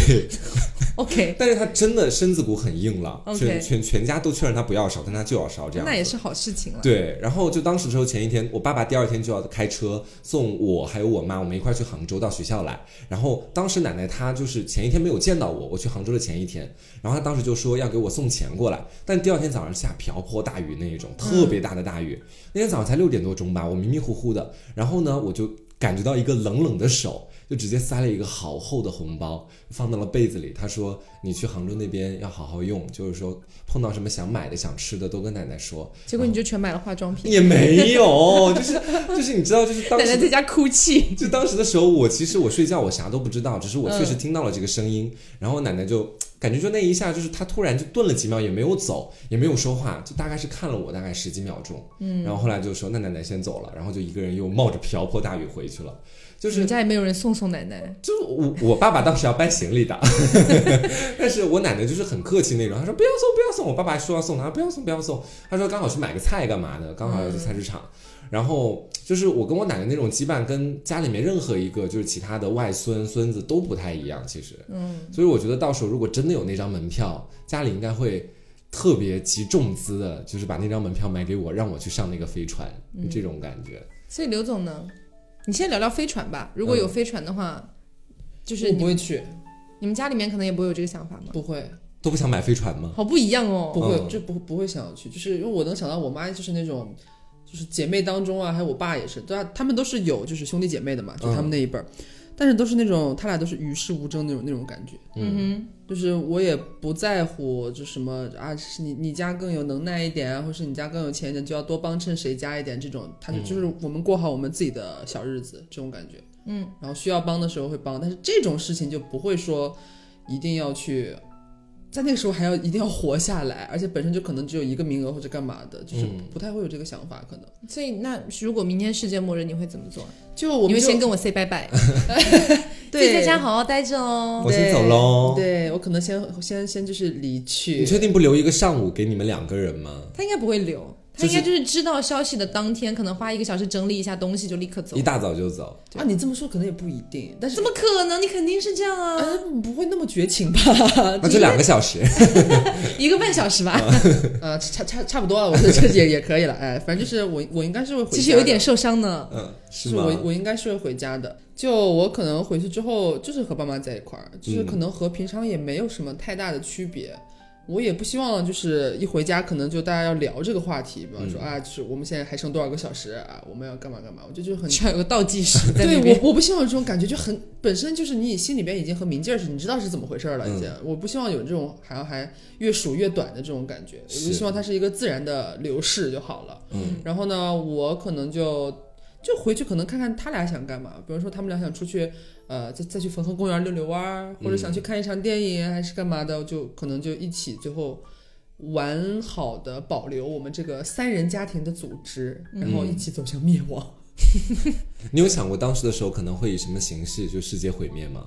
Speaker 1: ？OK，
Speaker 2: 但是她真的身子骨很硬了
Speaker 1: OK
Speaker 2: 全全全家都劝着她不要烧，但她就要烧 这样子。
Speaker 1: 那也是好事情了。
Speaker 2: 对，然后就当时之后前一天，我爸爸第二天就要开车送我还有我妈，我们一块儿去杭州到学校来。然后当时奶奶她就是前一天没有见到我，我去杭州的前一天，然后她当时就说要给我送钱过来，但第二天早上下瓢泼大雨那一种，特别大的大
Speaker 1: 嗯
Speaker 2: 雨。那天早上才六点多钟吧，我迷迷糊糊的，然后呢我就感觉到一个冷冷的手。就直接塞了一个好厚的红包，放到了被子里。他说：“你去杭州那边要好好用，就是说碰到什么想买的、想吃的，都跟奶奶说。”
Speaker 1: 结果你就全买了化妆品，
Speaker 2: 也没有，就是就是你知道，就是当
Speaker 1: 奶奶在
Speaker 2: 时
Speaker 1: 家哭泣。
Speaker 2: 就当时的时候，我其实我睡觉我啥都不知道，只是我
Speaker 1: 嗯
Speaker 2: 确实听到了这个声音，然后奶奶就。感觉就那一下，就是她突然就顿了几秒，也没有走，也没有说话，就大概是看了我大概十几秒钟，嗯，然后后来就说那奶奶先走了，然后就一个人又冒着瓢泼大雨回去了，就
Speaker 1: 就是你家也没有人送送奶奶，
Speaker 2: 就是我我爸爸当时要搬行李的， 但是我奶奶就是很客气那种，她说不要送不要送，我爸爸说要送，她说不要送不要送，她说刚好去买个菜干嘛的，刚好要去菜市场。然后就是我跟我奶奶那种羁绊，跟家里面任何一个就是其他的外孙孙子都不太一样，其实，嗯，所以我觉得到时候如果真的有那张门票，家里应该会特别集重资的，就是把那张门票买给我，让我去上那个飞船，这种感觉。
Speaker 1: 所以刘总呢，你先聊聊飞船吧。如果
Speaker 2: 嗯
Speaker 1: 有飞船的话，就是
Speaker 3: 我不
Speaker 1: 你
Speaker 3: 会去，
Speaker 1: 你们家里面可能也不会有这个想法吗？
Speaker 3: 不会，
Speaker 2: 都不想买飞船吗？
Speaker 1: 好不一样哦。
Speaker 3: 不会，
Speaker 2: 嗯
Speaker 3: 就不不会想要去，就是因为我能想到我妈就是那种，就是姐妹当中啊，还有我爸也是，对啊，他们都是有就是兄弟姐妹的嘛，就他们那一辈儿，但是都是那种他俩都是与世无争那种那种感觉，
Speaker 1: 嗯
Speaker 3: 就是我也不在乎就什么啊，是你你家更有能耐一点啊，或是你家更有钱一点，就要多帮衬谁家一点这种，他就就是我们过好我们自己的小日子这种感觉，
Speaker 1: 嗯，
Speaker 3: 然后需要帮的时候会帮，但是这种事情就不会说一定要去。在那个时候还要一定要活下来，而且本身就可能只有一个名额或者干嘛的，就是
Speaker 2: 嗯
Speaker 3: 不太会有这个想法。可能
Speaker 1: 哼，所以那如果明天世界末日，你会怎么做？
Speaker 3: 就我
Speaker 1: 你
Speaker 3: 们
Speaker 1: 会
Speaker 3: 就
Speaker 1: 先跟我 say 拜拜，自己
Speaker 3: 对
Speaker 1: 在家好好待着哦。
Speaker 2: 我先走喽。
Speaker 3: 对我可能先先先就是离去
Speaker 2: 你，确定不留一个上午给你们两个人吗？
Speaker 1: 他应该不会留，他应该就是知道消息的当天，可能花一个小时整理一下东西就立 刻走
Speaker 2: 一。大早就走，
Speaker 3: 啊，你这么说可能也不一定，但是
Speaker 1: 怎么可能？你肯定是这样啊，
Speaker 3: 嗯，不会那么绝情吧？
Speaker 2: 那就两个小 时。
Speaker 1: 一个半小时吧。
Speaker 3: 呃，差差差不多了，我觉得这也也可以了。哎，反正就是我我应该是会回家的，
Speaker 1: 其实有一点受伤呢。
Speaker 2: 嗯，是
Speaker 3: 是
Speaker 2: 吗？
Speaker 3: 我我应该是会回家的。就我可能回去之后，就是和爸妈在一块儿，就是可能和平常也没有什么太大的区别。我也不希望就是一回家可能就大家要聊这个话题，比方说、啊，就是我们现在还剩多少个小时啊，我们要干嘛干嘛，我觉得就很
Speaker 1: 需要有个倒计时在
Speaker 3: 对
Speaker 1: 那边。
Speaker 3: 我，我不希望有这种感觉，就很本身就是你心里边已经和明镜儿似的，你知道是怎么回事儿了，已
Speaker 1: 嗯
Speaker 3: 经。我不希望有这种好像还越数越短的这种感觉，我
Speaker 2: 是
Speaker 3: 就希望它是一个自然的流逝就好了。
Speaker 2: 嗯，
Speaker 3: 然后呢，我可能就就回去可能看看他俩想干嘛，比如说他们俩想出去，呃，再再去冯河公园溜溜弯儿，或者
Speaker 1: 嗯
Speaker 3: 想去看一场电影还是干嘛的，就可能就一起最后。完好的保留我们这个三人家庭的组织，然
Speaker 1: 嗯
Speaker 3: 后一起走向灭亡。
Speaker 2: 你有想过当时的时候可能会以什么形式就世界毁灭吗？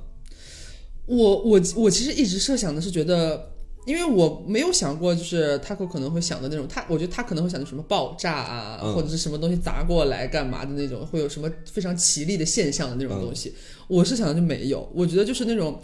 Speaker 3: 我我我其实一直设想的是觉得，因为我没有想过，就是 Taco 可能会想的那种，他我觉得他可能会想的什么爆炸啊，
Speaker 2: 嗯
Speaker 3: 或者是什么东西砸过来干嘛的那种，会有什么非常奇丽的现象的那种
Speaker 2: 嗯
Speaker 3: 东西。我是想的就没有，我觉得就是那种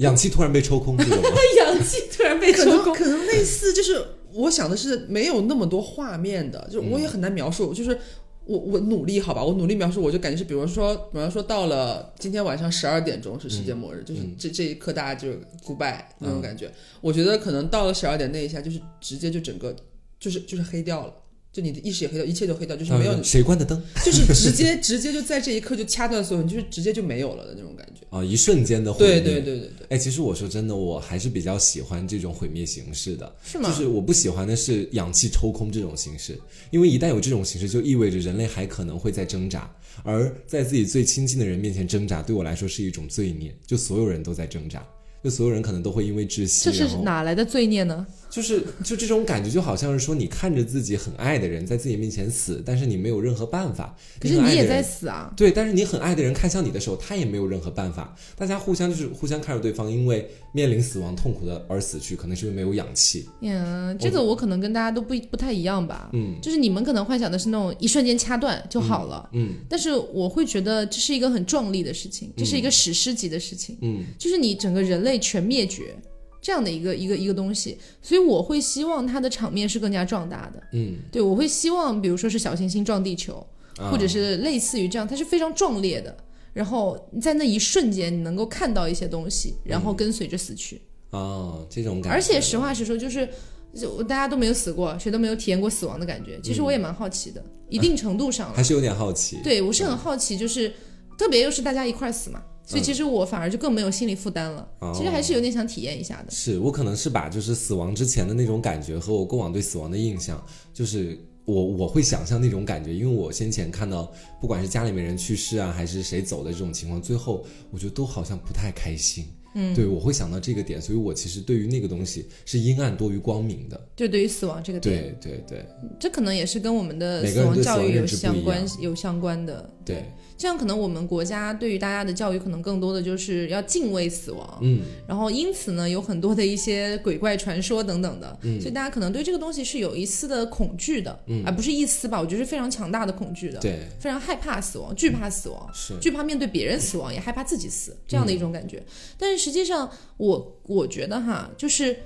Speaker 2: 氧气突然被抽空这种吗？
Speaker 1: 氧气突然被
Speaker 3: 哎可
Speaker 1: 抽
Speaker 3: 能
Speaker 1: 空，
Speaker 3: 可能类似，就是我想的是没有那么多画面的，就是我也很难描述，就是。我我努力好吧，我努力描述，我就感觉是，比如说，比方说到了今天晚上十二点钟是世界末日，就是这这一刻大家就 goodbye 那种感觉。我觉得可能到了十二点那一下，就是直接就整个就是就是黑掉了，就你的意识也黑掉，一切都黑掉， 就是 没有，
Speaker 2: 谁关的灯
Speaker 3: 就是直接直接就在这一刻就掐断所有，你就是直接就没有了的那种感觉。
Speaker 2: 啊，一瞬间的毁灭。
Speaker 3: 对对对对对，
Speaker 2: 哎，其实我说真的，我还是比较喜欢这种毁灭形式的。
Speaker 1: 是
Speaker 2: 就
Speaker 1: 吗？
Speaker 2: 是我不喜欢的是氧气抽空这种形式，因为一旦有这种形式，就意味着人类还可能会在挣扎，而在自己最亲近的人面前挣扎，对我来说是一种罪孽。就所有人都在挣扎，就所有人可能都会因为窒息，
Speaker 1: 这是
Speaker 2: 然后
Speaker 1: 哪来的罪孽呢？
Speaker 2: 就是就这种感觉，就好像是说你看着自己很爱的人在自己面前死，但是你没有任何办法。
Speaker 1: 可是
Speaker 2: 很
Speaker 1: 你
Speaker 2: 爱的
Speaker 1: 也
Speaker 2: 人
Speaker 1: 在死啊！
Speaker 2: 对，但是你很爱的人看向你的时候，他也没有任何办法。大家互相就是互相看着对方，因为面临死亡痛苦的而死去，可能是因为没有氧气。
Speaker 1: 呀，嗯这个我可能跟大家都不不太一样吧。
Speaker 2: 嗯
Speaker 1: 就是你们可能幻想的是那种一瞬间掐断就好了，
Speaker 2: 嗯
Speaker 1: 但是我会觉得这是一个很壮丽的事情，这是一个史诗级的事情，
Speaker 2: 嗯
Speaker 1: 就是你整个人类全灭绝这样的一个一个一个东西，所以我会希望它的场面是更加壮大的。
Speaker 2: 嗯，
Speaker 1: 对，我会希望，比如说是小行星撞地球，
Speaker 2: 啊
Speaker 1: 或者是类似于这样，它是非常壮烈的。然后在那一瞬间，你能够看到一些东西，然后跟随着死去。
Speaker 2: 啊这嗯种感觉，
Speaker 1: 而且实话实说，就是就大家都没有死过，谁都没有体验过死亡的感觉。其实我也蛮好奇
Speaker 2: 嗯
Speaker 1: 的，一定程度上了。
Speaker 2: 还是有点好奇。
Speaker 1: 对我是很好奇，就是特别又是大家一块儿死嘛，所
Speaker 2: 嗯
Speaker 1: 以其实我反而就更没有心理负担了。其实还是有点想体验一下的。
Speaker 2: 哦是我可能是把就是死亡之前的那种感觉和我过往对死亡的印象，就是我我会想象那种感觉，因为我先前看到不管是家里面人去世啊，还是谁走的这种情况，最后我觉得都好像不太开心。
Speaker 1: 嗯，
Speaker 2: 对，我会想到这个点，所以我其实对于那个东西是阴暗多于光明的。
Speaker 1: 就对于死亡这个点，
Speaker 2: 对对对
Speaker 1: 这可能也是跟我们的
Speaker 2: 每个
Speaker 1: 死
Speaker 2: 人
Speaker 1: 亡
Speaker 2: 对
Speaker 1: 教
Speaker 2: 死亡
Speaker 1: 育有
Speaker 2: 认知不
Speaker 1: 相
Speaker 2: 一
Speaker 1: 关
Speaker 2: 样
Speaker 1: 有相关的。
Speaker 2: 对，
Speaker 1: 这样可能我们国家对于大家的教育，可能更多的就是要敬畏死亡。
Speaker 2: 嗯，
Speaker 1: 然后因此呢，有很多的一些鬼怪传说等等的，所以大家可能对这个东西是有一丝的恐惧的，
Speaker 2: 嗯
Speaker 1: 啊，不是一丝吧，我觉得是非常强大的恐惧的，
Speaker 2: 对，
Speaker 1: 非常害怕死亡，惧怕死亡，
Speaker 2: 是，
Speaker 1: 惧怕面对别人死亡，也害怕自己死这样的一种感觉。但是实际上，我我觉得哈，就是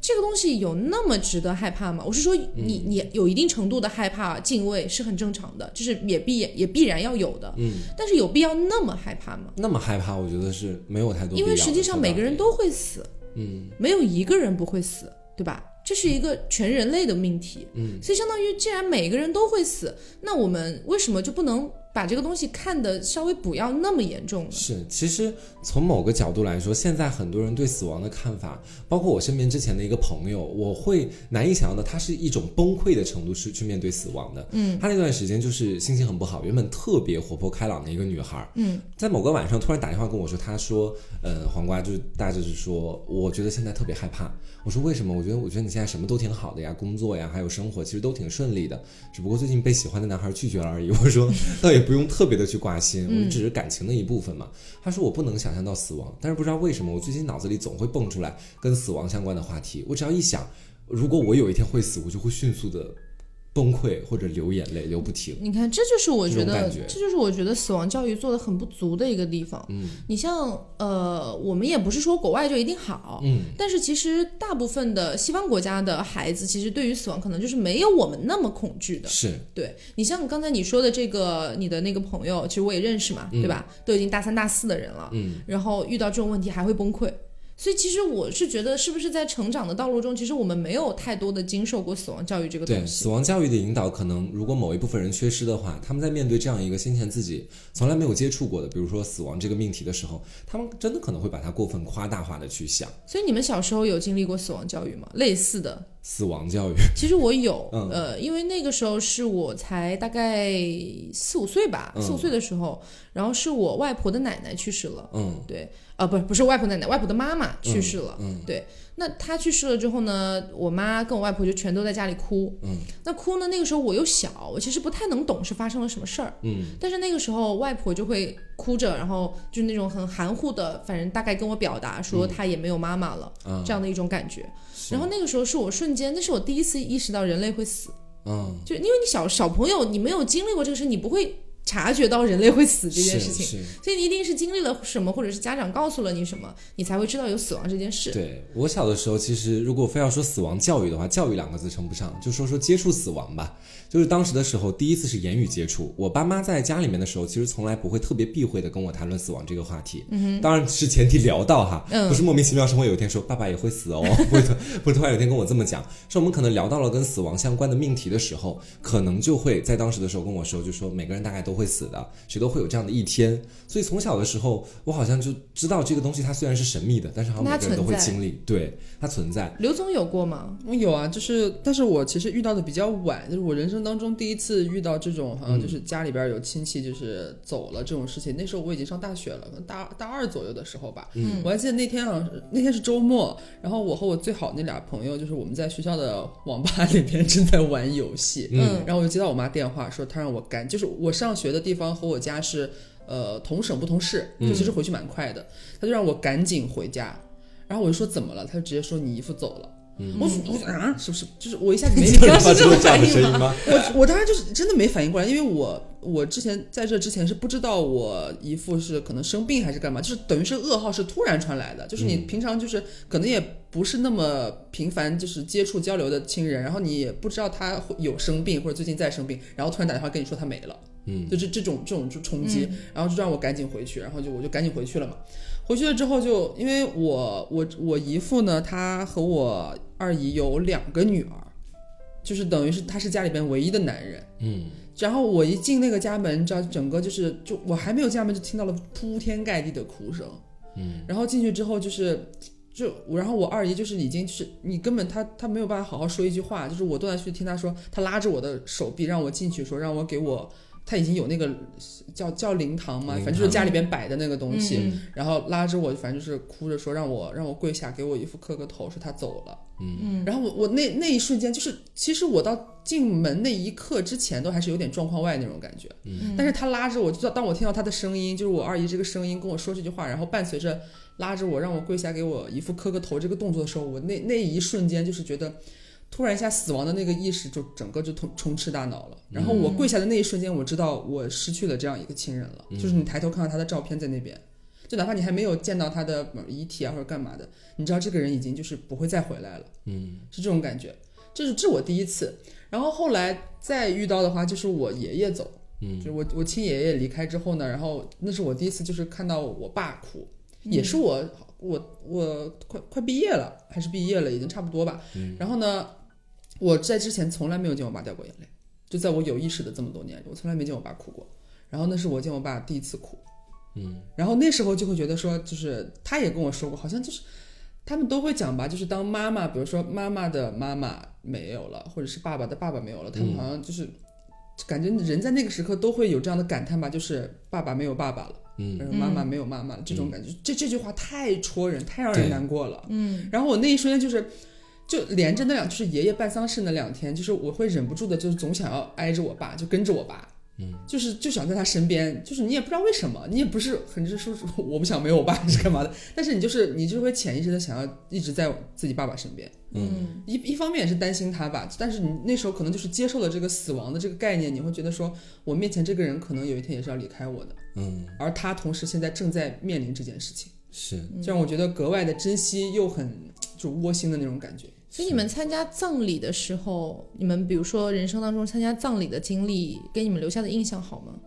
Speaker 1: 这个东西有那么值得害怕吗？我是说
Speaker 2: 嗯
Speaker 1: 你，你、有一定程度的害怕、敬畏是很正常的，就是也必也必然要有的。
Speaker 2: 嗯，
Speaker 1: 但是有必要那么害怕吗？
Speaker 2: 那么害怕，我觉得是没有太多必
Speaker 1: 因
Speaker 2: 要的。
Speaker 1: 为实际上
Speaker 2: 说
Speaker 1: 每
Speaker 2: 到
Speaker 1: 个人
Speaker 2: 底
Speaker 1: 都会死，
Speaker 2: 嗯
Speaker 1: 没有一个人不会死，对吧？这是一个全人类的命题，
Speaker 2: 嗯，
Speaker 1: 所以相当于既然每个人都会死，那我们为什么就不能把这个东西看得稍微不要那么严重呢？
Speaker 2: 是，其实从某个角度来说，现在很多人对死亡的看法，包括我身边之前的一个朋友，我会难以想象到他是一种崩溃的程度是去面对死亡的。嗯，他那段时间就是心情很不好，原本特别活泼开朗的一个女孩，
Speaker 1: 嗯，
Speaker 2: 在某个晚上突然打电话跟我说，她说，呃，黄瓜就是大致是说，我觉得现在特别害怕。我说为什么？我觉得我觉得你现在什么都挺好的呀，工作呀，还有生活其实都挺顺利的，只不过最近被喜欢的男孩拒绝了而已。我说倒也不用特别的去挂心，我只是感情的一部分嘛。他说我不能想象到死亡，但是不知道为什么我最近脑子里总会蹦出来跟死亡相关的话题。我只要一想，如果我有一天会死，我就会迅速的崩溃或者流眼泪流不停。
Speaker 1: 你看，这就是我觉
Speaker 2: 这种
Speaker 1: 得，
Speaker 2: 感觉
Speaker 1: 这就是我觉得死亡教育做的很不足的一个地方。
Speaker 2: 嗯
Speaker 1: 你像呃，我们也不是说国外就一定好，
Speaker 2: 嗯，
Speaker 1: 但是其实大部分的西方国家的孩子，其实对于死亡可能就是没有我们那么恐惧的。
Speaker 2: 是，
Speaker 1: 对你像刚才你说的这个，你的那个朋友，其实我也认识嘛，对吧？都已经大三大四的人了，
Speaker 2: 嗯，
Speaker 1: 然后遇到这种问题还会崩溃。所以其实我是觉得，是不是在成长的道路中，其实我们没有太多的经受过死亡教育这个
Speaker 2: 对
Speaker 1: 东西。
Speaker 2: 死亡教育的引导，可能如果某一部分人缺失的话，他们在面对这样一个先前自己从来没有接触过的，比如说死亡这个命题的时候，他们真的可能会把它过分夸大化的去想
Speaker 1: 所以你们小时候有经历过死亡教育吗？类似的，
Speaker 2: 死亡教育。
Speaker 1: 其实我有，
Speaker 2: 嗯
Speaker 1: 呃，因为那个时候是我才大概四五岁吧，
Speaker 2: 嗯
Speaker 1: 四五岁的时候，然后是我外婆的奶奶去世了，
Speaker 2: 嗯
Speaker 1: 对，啊、不是不是外婆奶奶，外婆的妈妈去世了。
Speaker 2: 嗯
Speaker 1: 那她去世了之后呢，我妈跟我外婆就全都在家里哭。
Speaker 2: 嗯，
Speaker 1: 那哭呢，那个时候我又小，我其实不太能懂是发生了什么事儿。
Speaker 2: 嗯
Speaker 1: 但是那个时候，外婆就会哭着，然后就那种很含糊的，反正大概跟我表达说
Speaker 2: 嗯
Speaker 1: 她也没有妈妈了、
Speaker 2: 啊，
Speaker 1: 这样的一种感觉。
Speaker 2: 是
Speaker 1: 然后那个时候是我瞬间，那是我第一次意识到人类会死，
Speaker 2: 嗯，
Speaker 1: 就因为你小小朋友，你没有经历过这个事，你不会察觉到人类会死这件
Speaker 2: 是
Speaker 1: 事情，
Speaker 2: 是
Speaker 1: 所以你一定是经历了什么，或者是家长告诉了你什么，你才会知道有死亡这件事。
Speaker 2: 对我小的时候，其实如果非要说死亡教育的话，教育两个字称不上，就说说接触死亡吧。就是当时的时候，第一次是言语接触。我爸妈在家里面的时候，其实从来不会特别避讳的跟我谈论死亡这个话题。嗯当然是前提聊到哈，
Speaker 1: 嗯
Speaker 2: 不是莫名其妙生活有一天说爸爸也会死哦，不会突不会突然有一天跟我这么讲，是我们可能聊到了跟死亡相关的命题的时候，可能就会在当时的时候跟我说，就说每个人大概都会死的，谁都会有这样的一天。所以从小的时候，我好像就知道这个东西它虽然是神秘的，但是好像
Speaker 1: 它
Speaker 2: 每个人都会
Speaker 1: 存在
Speaker 2: 经历，对它存 在。
Speaker 1: 刘总有过吗？
Speaker 3: 我有啊，就是，但是我其实遇到的比较晚，就是我人生当中第一次遇到这种，好像
Speaker 1: 嗯
Speaker 3: 就是家里边有亲戚就是走了这种事情。那时候我已经上大学了，可能大大二左右的时候吧。
Speaker 1: 嗯
Speaker 3: 我还记得那天好像是那天是周末，然后我和我最好那俩朋友，就是我们在学校的网吧里面正在玩游戏，
Speaker 1: 嗯
Speaker 3: 然后我就接到我妈电话，说她让我赶，就是我上学的地方和我家是呃同省不同市，
Speaker 1: 嗯
Speaker 3: 就其实回去蛮快的，她就让我赶紧回家，然后我就说怎么了，她就直接说你姨父走了。我我啊，是不是就是我一下子没
Speaker 1: 你刚
Speaker 2: 发
Speaker 1: 是这
Speaker 2: 出
Speaker 1: 么
Speaker 2: 这样
Speaker 1: 反
Speaker 2: 的
Speaker 1: 应
Speaker 2: 声音
Speaker 1: 吗？
Speaker 2: 吗？
Speaker 3: 我我当时就是真的没反应过来，因为我我之前在这之前是不知道我姨父是可能生病还是干嘛，就是等于是噩耗是突然传来的，就是你平常就是可能也不是那么频繁就是接触交流的亲人，然后你也不知道他会有生病或者最近在生病，然后突然打电话跟你说他没了。
Speaker 2: 嗯
Speaker 3: 就这这种这种就冲击，然后就让我赶紧回去，然后就我就赶紧回去了嘛。回去了之后就因为我我我姨父呢，他和我二姨有两个女儿，就是等于是他是家里边唯一的男人，
Speaker 2: 嗯，
Speaker 3: 然后我一进那个家门，你知道，整个就是就我还没有进家门就听到了铺天盖地的哭声，
Speaker 2: 嗯，
Speaker 3: 然后进去之后就是。就然后我二姨就是已经是你根本她她没有办法好好说一句话，就是我断断续续听她说，她拉着我的手臂让我进去，说让我给我，她已经有那个叫叫灵堂嘛，
Speaker 2: 灵
Speaker 3: 反正就是
Speaker 2: 堂
Speaker 3: 家里边摆的那个东西，
Speaker 1: 嗯
Speaker 3: 然后拉着我反正就是哭着说让我让我跪下给我姨夫磕个头，说她走了。
Speaker 1: 嗯，
Speaker 3: 然后我我那那一瞬间，就是其实我到进门那一刻之前，都还是有点状况外那种感觉。
Speaker 1: 嗯
Speaker 3: 但是他拉着我，就当我听到他的声音，就是我二姨这个声音跟我说这句话，然后伴随着拉着我让我跪下给我姨夫磕个头这个动作的时候，我那那一瞬间就是觉得。突然一下，死亡的那个意识就整个就充充斥大脑了。
Speaker 2: 嗯
Speaker 3: 然后我跪下的那一瞬间，我知道我失去了这样一个亲人了。
Speaker 2: 嗯
Speaker 3: 就是你抬头看到他的照片在那边，就哪怕你还没有见到他的呃遗体啊或者干嘛的，你知道这个人已经就是不会再回来了。
Speaker 2: 嗯
Speaker 3: 是这种感觉。这是这我第一次，然后后来再遇到的话，就是我爷爷走，
Speaker 2: 嗯
Speaker 3: 就是我我亲爷爷离开之后呢，然后那是我第一次就是看到我爸哭，也是我我我快快毕业了，还是毕业了，已经差不多吧。
Speaker 2: 嗯
Speaker 3: 然后呢，我在之前从来没有见我爸掉过眼泪，就在我有意识的这么多年，我从来没见我爸哭过。然后那是我见我爸第一次哭，
Speaker 2: 嗯
Speaker 3: 然后那时候就会觉得说，就是他也跟我说过，好像就是他们都会讲吧，就是当妈妈，比如说妈妈的妈妈没有了，或者是爸爸的爸爸没有了，
Speaker 2: 嗯
Speaker 3: 他们好像就是、感觉人在那个时刻都会有这样的感叹吧，就是爸爸没有爸爸了，
Speaker 2: 嗯，
Speaker 3: 然后妈妈没有妈妈了，这种感觉，这这句话太戳人，太让人
Speaker 2: 对
Speaker 3: 难过了。
Speaker 1: 嗯，
Speaker 3: 然后我那一瞬间就是。就连着那两，就是爷爷办丧事那两天，就是我会忍不住的，就是总想要挨着我爸，就跟着我爸，
Speaker 2: 嗯，
Speaker 3: 就是就想在他身边，就是你也不知道为什么，你也不是很是说说我不想没有我爸 是干嘛的，但是你就是你就会潜意识的想要一直在自己爸爸身边，
Speaker 2: 嗯
Speaker 3: 一一方面也是担心他吧，但是你那时候可能就是接受了这个死亡的这个概念，你会觉得说我面前这个人可能有一天也是要离开我的，
Speaker 2: 嗯，
Speaker 3: 而他同时现在正在面临这件事情，
Speaker 2: 是
Speaker 3: 就让我觉得格外的珍惜又很就窝心的那种感觉。
Speaker 1: 所以你们参加葬礼的时候，你们比如说人生当中参加葬礼的经历，给你们留下的印象好吗？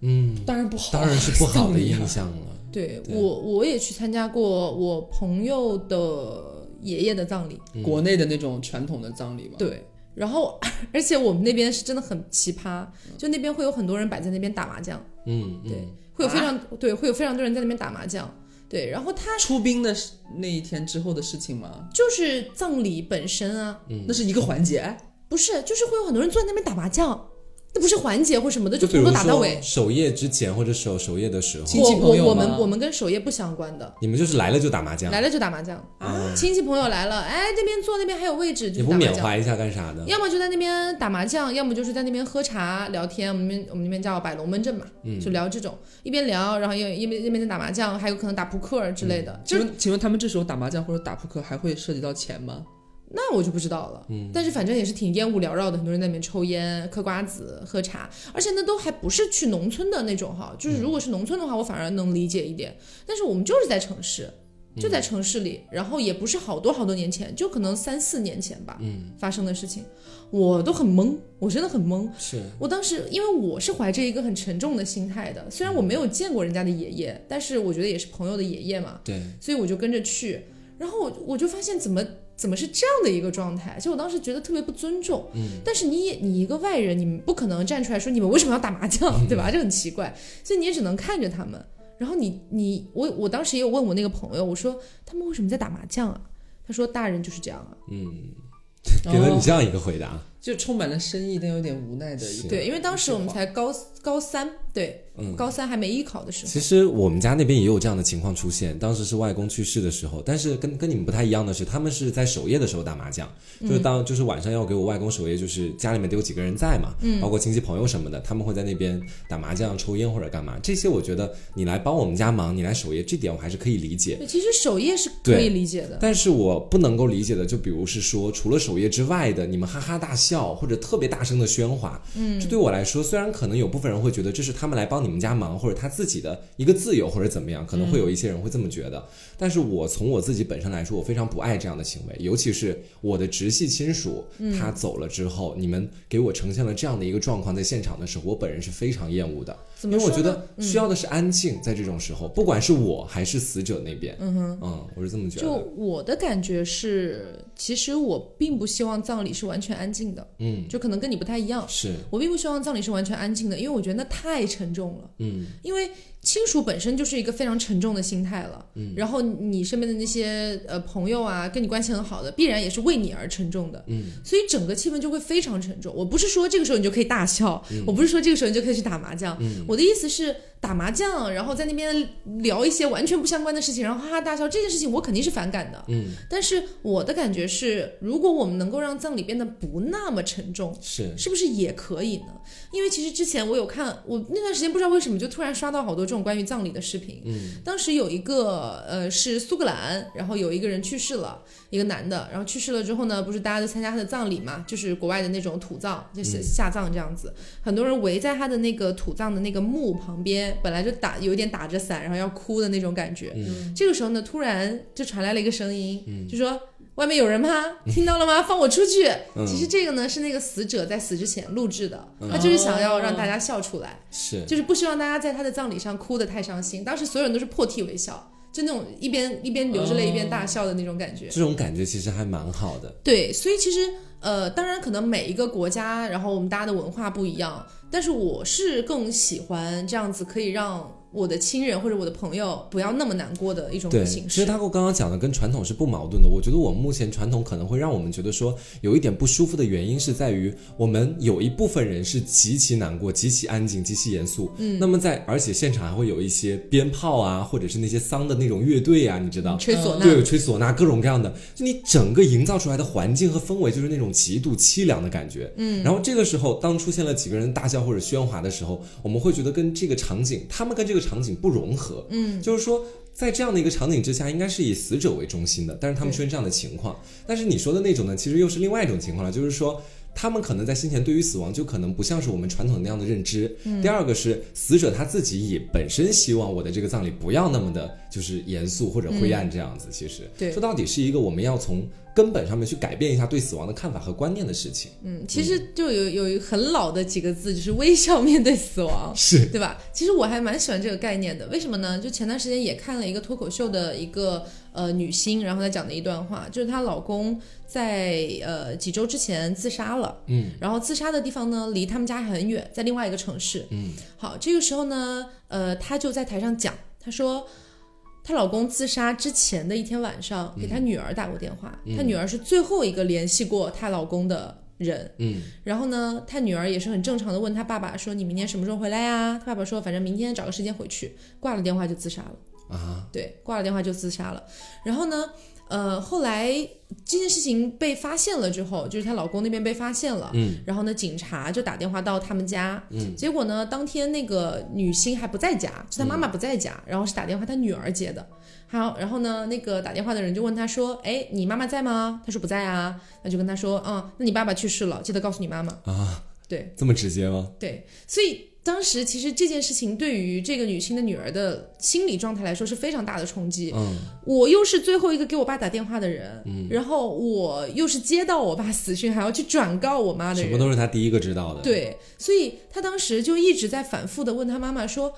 Speaker 2: 嗯，
Speaker 3: 当然不好，
Speaker 2: 当然是不好的
Speaker 3: 丧礼啊
Speaker 2: 印 象了。
Speaker 1: 对
Speaker 2: 对
Speaker 1: 我，我也去参加过我朋友的爷爷的葬礼，
Speaker 2: 嗯
Speaker 3: 国内的那种传统的葬礼嘛，
Speaker 1: 对。然后， 而且我们那边是真的很奇葩，就那边会有很多人摆在那边打麻将，
Speaker 2: 嗯，
Speaker 1: 对
Speaker 2: 嗯，
Speaker 1: 会有非常、对，会有非常多人在那边打麻将，对。然后他
Speaker 3: 出兵的是那一天之后的事情吗？
Speaker 1: 就是葬礼本身啊，
Speaker 2: 嗯
Speaker 3: 那是一个环节，
Speaker 1: 不是，就是会有很多人坐在那边打麻将，那不是环节或什么的，就
Speaker 2: 就
Speaker 1: 从
Speaker 2: 比如
Speaker 1: 头打到
Speaker 2: 说
Speaker 1: 尾。
Speaker 2: 首页之前或者首首页的时候，
Speaker 3: 亲戚朋友
Speaker 1: 我我我
Speaker 3: 吗
Speaker 1: 们我们跟首页不相关的，
Speaker 2: 你们就是来了就打麻将
Speaker 1: 来，了就打麻将，
Speaker 2: 啊
Speaker 1: 亲戚朋友来了，哎，这边坐那边还有位置，
Speaker 2: 也
Speaker 1: 就
Speaker 2: 不
Speaker 1: 打麻
Speaker 2: 缅
Speaker 1: 将。
Speaker 2: 怀一下干啥的？
Speaker 1: 要么就在那边打麻将，要么就是在那边喝茶聊天。我们那边我们那边叫摆龙门阵嘛，就聊这种，一边聊，然后又一边一边在打麻将，还有可能打扑克儿之类的。就
Speaker 3: 请
Speaker 1: 是
Speaker 3: 问，请问他们这时候打麻将或者打扑克还会涉及到钱吗？
Speaker 1: 那我就不知道了，但是反正也是挺烟雾缭绕的，很多人在那边抽烟、嗑瓜子、喝茶，而且那都还不是去农村的那种哈，就是如果是农村的话，我反而能理解一点，但是我们就是在城市，就在城市里，然后也不是好多好多年前，就可能三四年前吧，
Speaker 2: 嗯，
Speaker 1: 发生的事情，我都很懵，我真的很懵。
Speaker 2: 是，
Speaker 1: 我当时因为我是怀着一个很沉重的心态的，虽然我没有见过人家的爷爷，但是我觉得也是朋友的爷爷嘛，
Speaker 2: 对，
Speaker 1: 所以我就跟着去，然后我我就发现怎么怎么是这样的一个状态，就我当时觉得特别不尊重。
Speaker 2: 嗯
Speaker 1: 但是你也你一个外人，你们不可能站出来说你们为什么要打麻将，
Speaker 2: 嗯
Speaker 1: 对吧？这很奇怪，所以你也只能看着他们。然后你你我我当时也有问我那个朋友，我说他们为什么在打麻将啊？他说大人就是这样啊。
Speaker 2: 嗯， 给了你这样一个回答，
Speaker 3: 就充满了深意但有点无奈的一
Speaker 2: 是
Speaker 3: 个。
Speaker 1: 对，因为当时我们才高高三，对，
Speaker 2: 嗯。
Speaker 1: 高三还没艺考的时候。
Speaker 2: 其实我们家那边也有这样的情况出现，当时是外公去世的时候，但是跟跟你们不太一样的是，他们是在守夜的时候打麻将，就是当、就是晚上要给我外公守夜，就是家里面得有几个人在嘛，包括亲戚朋友什么的，他们会在那边打麻将、抽烟或者干嘛。这些我觉得你来帮我们家忙，你来守夜，这点我还是可以理解。
Speaker 1: 对，其实守夜是可以
Speaker 2: 对
Speaker 1: 理解的。
Speaker 2: 但是我不能够理解的，就比如是说，除了守夜之外的，你们哈哈大笑或者特别大声的喧哗，嗯，这对我来说，虽然可能有部分人会觉得这是他们来帮你们家忙，或者他自己的一个自由或者怎么样，可能会有一些人会这么
Speaker 1: 嗯
Speaker 2: 觉得。但是我从我自己本身来说，我非常不爱这样的行为，尤其是我的直系亲属
Speaker 1: 嗯
Speaker 2: 他走了之后，你们给我呈现了这样的一个状况，在现场的时候，我本人是非常厌恶的。
Speaker 1: 怎
Speaker 2: 因
Speaker 1: 么
Speaker 2: 为
Speaker 1: 说呢？嗯
Speaker 2: 我觉得需要的是安静，在这种时候，不管是我还是死者那边，嗯哼，嗯，我是这么觉
Speaker 1: 就
Speaker 2: 得，
Speaker 1: 我的感觉是，其实我并不希望葬礼是完全安静的，
Speaker 2: 嗯，
Speaker 1: 就可能跟你不太一样。
Speaker 2: 是，
Speaker 1: 我并不希望葬礼是完全安静的，因为我觉得那太沉重了。
Speaker 2: 嗯，
Speaker 1: 因为亲属本身就是一个非常沉重的心态了，嗯，然后你身边的那些呃朋友啊，跟你关系很好的，必然也是为你而沉重的，
Speaker 2: 嗯，
Speaker 1: 所以整个气氛就会非常沉重。我不是说这个时候你就可以大笑，我不是说这个时候你就可以去打麻将，
Speaker 2: 嗯
Speaker 1: 我的意思是打麻将，然后在那边聊一些完全不相关的事情，然后哈哈大笑，这件事情我肯定是反感的。
Speaker 2: 嗯，
Speaker 1: 但是我的感觉是，如果我们能够让葬礼变得不那么沉重，
Speaker 2: 是，
Speaker 1: 是不是也可以呢？因为其实之前我有看，我那段时间不知道为什么就突然刷到好多这种关于葬礼的视频。
Speaker 2: 嗯，
Speaker 1: 当时有一个呃是苏格兰，然后有一个人去世了，一个男的，然后去世了之后呢，不是大家都参加他的葬礼嘛，就是国外的那种土葬，就是下葬这样子，很多人围在他的那个土葬的那个墓旁边，本来就打有点打着伞，然后要哭的那种感觉。
Speaker 2: 嗯
Speaker 1: 这个时候呢，突然就传来了一个声音，就说。外面有人吗？听到了吗？放我出去！
Speaker 2: 嗯
Speaker 1: 其实这个呢是那个死者在死之前录制的，
Speaker 2: 嗯
Speaker 1: 他就是想要让大家笑出来，
Speaker 2: 是，
Speaker 1: 就是不希望大家在他的葬礼上哭得太伤心。当时所有人都是破涕为笑，就那种一边一边流着泪一边大笑的那种感觉。
Speaker 2: 这种感觉其实还蛮好的，
Speaker 1: 对，所以其实呃，当然可能每一个国家，然后我们大家的文化不一样，但是我是更喜欢这样子，可以让我的亲人或者我的朋友不要那么难过的一种
Speaker 2: 对，
Speaker 1: 形
Speaker 2: 其
Speaker 1: 式
Speaker 2: 实。他跟刚刚讲的跟传统是不矛盾的。我觉得我们目前传统可能会让我们觉得说有一点不舒服的原因是在于我们有一部分人是极其难过、极其安静、极其严肃。嗯，那么在而且现场还会有一些鞭炮啊，或者是那些丧的那种乐队啊，你知道。
Speaker 1: 吹唢呐，
Speaker 2: 对，吹唢呐，各种各样的，就你整个营造出来的环境和氛围，就是那种极度凄凉的感觉。嗯，然后这个时候，当出现了几个人大笑或者喧哗的时候，我们会觉得跟这个场景，他们跟这个场景不融合。嗯，就是说。在这样的一个场景之下，应该是以死者为中心的，但是他们出现这样的情况。但是你说的那种呢，其实又是另外一种情况了，就是说他们可能在先前对于死亡就可能不像是我们传统那样的认知。
Speaker 1: 嗯
Speaker 2: 第二个是死者他自己也本身希望我的这个葬礼不要那么的，就是严肃或者灰暗这样子。其实，
Speaker 1: 嗯对
Speaker 2: 说到底是一个我们要从根本上面去改变一下对死亡的看法和观念的事情。
Speaker 1: 嗯，其实就有有一很老的几个字，就是微笑面对死亡，
Speaker 2: 是，
Speaker 1: 对吧？其实我还蛮喜欢这个概念的，为什么呢？就前段时间也看了一个脱口秀的一个呃女星，然后她讲的一段话，就是她老公在呃几周之前自杀了，
Speaker 2: 嗯，
Speaker 1: 然后自杀的地方呢离他们家很远，在另外一个城市，
Speaker 2: 嗯，
Speaker 1: 好，这个时候呢，呃，她就在台上讲，她说。她老公自杀之前的一天晚上，给她女儿打过电话。她女儿是最后一个联系过她老公的人，
Speaker 2: 嗯
Speaker 1: 然后呢，他女儿也是很正常的问他爸爸说：“你明天什么时候回来呀、他爸爸说：“反正明天找个时间回去。”挂了电话就自杀了。
Speaker 2: 啊，
Speaker 1: 对，挂了电话就自杀了。然后呢，呃，后来这件事情被发现了之后，就是她老公那边被发现了。
Speaker 2: 嗯
Speaker 1: 然后呢，警察就打电话到他们家，
Speaker 2: 嗯
Speaker 1: 结果呢，当天那个女星还不在家，就她妈妈不在家，
Speaker 2: 嗯
Speaker 1: 然后是打电话她女儿接的。好，然后呢，那个打电话的人就问她说：“哎，你妈妈在吗？”她说不在啊，那就跟她说：“嗯，那你爸爸去世了，记得告诉你妈妈。”
Speaker 2: 啊，
Speaker 1: 对，
Speaker 2: 这么直接吗？
Speaker 1: 对，所以当时其实这件事情对于这个女性的女儿的心理状态来说是非常大的冲击。
Speaker 2: 嗯
Speaker 1: 我又是最后一个给我爸打电话的人，然后我又是接到我爸死讯还要去转告我妈的
Speaker 2: 什
Speaker 1: 人，
Speaker 2: 么都是他第一个知道的。，
Speaker 1: 啊对，所以她当时就一直在反复的问她妈妈说。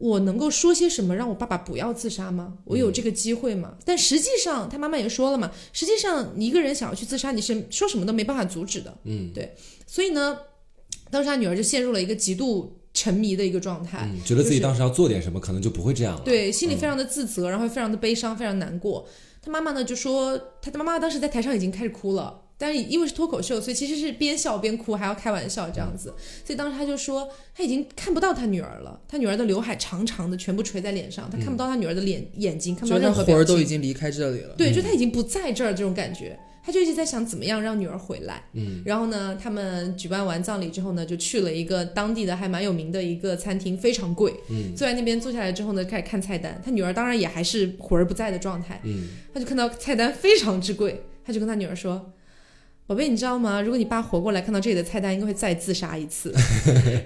Speaker 1: 我能够说些什么让我爸爸不要自杀吗？我有这个机会
Speaker 2: 嗯
Speaker 1: 吗？但实际上，她妈妈也说了嘛，实际上你一个人想要去自杀，你是说什么都没办法阻止的。
Speaker 2: 嗯
Speaker 1: 所以呢，当时他女儿就陷入了一个极度沉迷的一个状态，
Speaker 2: 嗯，觉得自己
Speaker 1: 啊就是
Speaker 2: 当时要做点什么，可能就不会这样了。
Speaker 1: 对，心里非常的自责，然后非常的悲伤，非常难过。他妈妈呢就说，他的妈妈当时在台上已经开始哭了。但是因为是脱口秀，所以其实是边笑边哭，还要开玩笑这样子。
Speaker 3: 嗯
Speaker 1: 所以当时他就说，他已经看不到他女儿了，他女儿的刘海长长的，全部垂在脸上，他看不到他女儿的脸、眼睛，看不
Speaker 3: 觉
Speaker 1: 到
Speaker 3: 得
Speaker 1: 任何
Speaker 3: 魂
Speaker 1: 表
Speaker 3: 儿都已
Speaker 1: 情。
Speaker 3: 经离开这里了。
Speaker 1: 对，就他已经不在这儿这种感觉，他就一直在想怎么样让女儿回来。嗯，然后呢，他们举办完葬礼之后呢，就去了一个当地的还蛮有名的一个餐厅，非常贵。嗯，坐在那边坐下来之后呢，开始看菜单，他女儿当然也还是魂儿不在的状态。
Speaker 2: 嗯，
Speaker 1: 他就看到菜单非常之贵，他就跟他女儿说。宝贝，你知道吗？如果你爸活过来看到这里的菜单，应该会再自杀一次。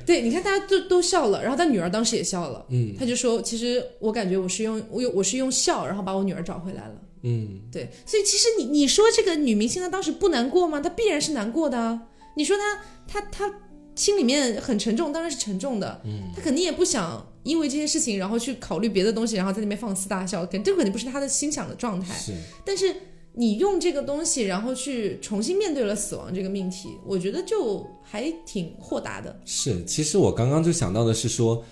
Speaker 1: 对，你看大家都都笑了，然后他女儿当时也笑了，
Speaker 2: 嗯
Speaker 1: 他就说：“其实我感觉我是用我有我是用笑，然后把我女儿找回来了。”
Speaker 2: 嗯，
Speaker 1: 对，所以其实你你说这个女明星她当时不难过吗？她必然是难过的啊。你说她她她心里面很沉重，当然是沉重的。嗯，他肯定也不想因为这些事情，然后去考虑别的东西，然后在那边放肆大笑，肯这肯定不是他的心想的状态。
Speaker 2: 是
Speaker 1: 但是你用这个东西，然后去重新面对了死亡这个命题，我觉得就还挺豁达的。
Speaker 2: 是，其实我刚刚就想到的是说，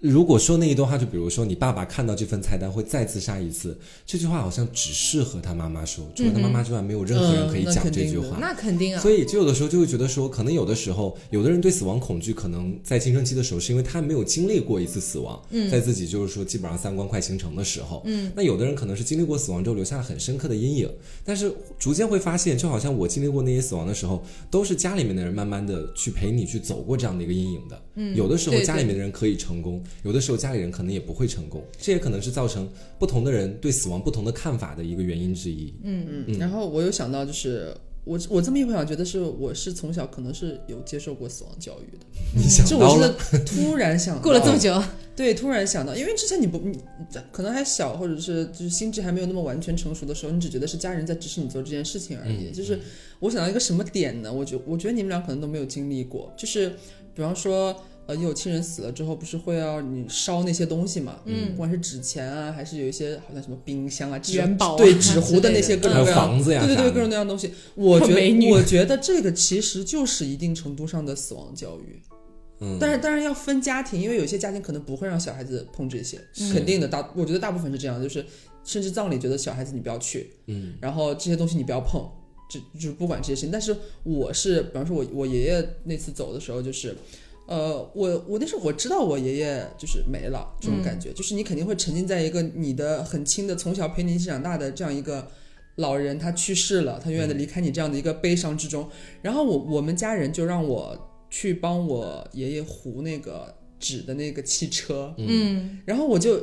Speaker 2: 如果说那一段话，就比如说你爸爸看到这份菜单会再自杀一次，这句话好像只适合他妈妈说，除了他妈妈之外，没有任何人可以
Speaker 3: 嗯那
Speaker 2: 讲
Speaker 3: 肯
Speaker 2: 这
Speaker 3: 定
Speaker 2: 句
Speaker 3: 的
Speaker 2: 话。
Speaker 1: 那肯定啊
Speaker 2: 所，以就有的时候就会觉得说，可能有的时候，有的人对死亡恐惧，可能在青春期的时候，是因为他没有经历过一次死亡，嗯，在自己就是说基本上三观快形成的时候，嗯，那有的人可能是经历过死亡之后留下很深刻的阴影，但是逐渐会发现，就好像我经历过那些死亡的时候，都是家里面的人慢慢的去陪你去走过这样的一个阴影的，嗯，有的时候
Speaker 1: 对
Speaker 2: 家里面的人可以成功，有的时候家里人可能也不会成功，这也可能是造成不同的人对死亡不同的看法的一个原因之一，嗯，
Speaker 3: 嗯，然后我有想到，就是我我这么一回想，觉得是我是从小可能是有接受过死亡教育的，
Speaker 2: 你想
Speaker 3: 这
Speaker 2: 到
Speaker 3: 我
Speaker 2: 了，
Speaker 3: 是突然想到
Speaker 1: 过了这么久，
Speaker 3: 对，突然想到，因为之前你不，你可能还小，或者是就是心智还没有那么完全成熟的时候，你只觉得是家人在指使你做这件事情而
Speaker 2: 嗯
Speaker 3: 已。就是我想到一个什么点呢？我觉我觉得你们俩可能都没有经历过，就是比方说，呃，你有亲人死了之后，不是会要你烧那些东西嘛？嗯，不管是纸钱啊，还是有一些好像什么冰箱啊、纸
Speaker 1: 元宝啊
Speaker 3: 对纸糊的那些
Speaker 1: 之类的
Speaker 2: 还
Speaker 3: 各
Speaker 2: 有
Speaker 3: 种各样。
Speaker 2: 房子呀，
Speaker 3: 对对
Speaker 2: 啥
Speaker 3: 对，
Speaker 2: 的
Speaker 3: 各种各样的东西，我 觉
Speaker 1: 美女
Speaker 3: 得我觉得这个其实就是一定程度上的死亡教育。
Speaker 2: 嗯，
Speaker 3: 但是当然要分家庭，因为有些家庭可能不会让小孩子碰这些，
Speaker 2: 是
Speaker 3: 肯定的大，我觉得大部分是这样，就是甚至葬礼觉得小孩子你不要去，
Speaker 2: 嗯，
Speaker 3: 然后这些东西你不要碰，就就是不管这些事情。但是我是，比方说我我爷爷那次走的时候，就是。呃，我我那时候我知道我爷爷就是没了这种
Speaker 2: 嗯
Speaker 3: 感觉，就是你肯定会沉浸在一个你的很亲的从小陪你一起长大的这样一个老人他去世了，他永
Speaker 2: 嗯
Speaker 3: 远的离开你这样的一个悲伤之中。然后我我们家人就让我去帮我爷爷糊那个纸的那个汽车，
Speaker 1: 嗯，
Speaker 3: 然后我就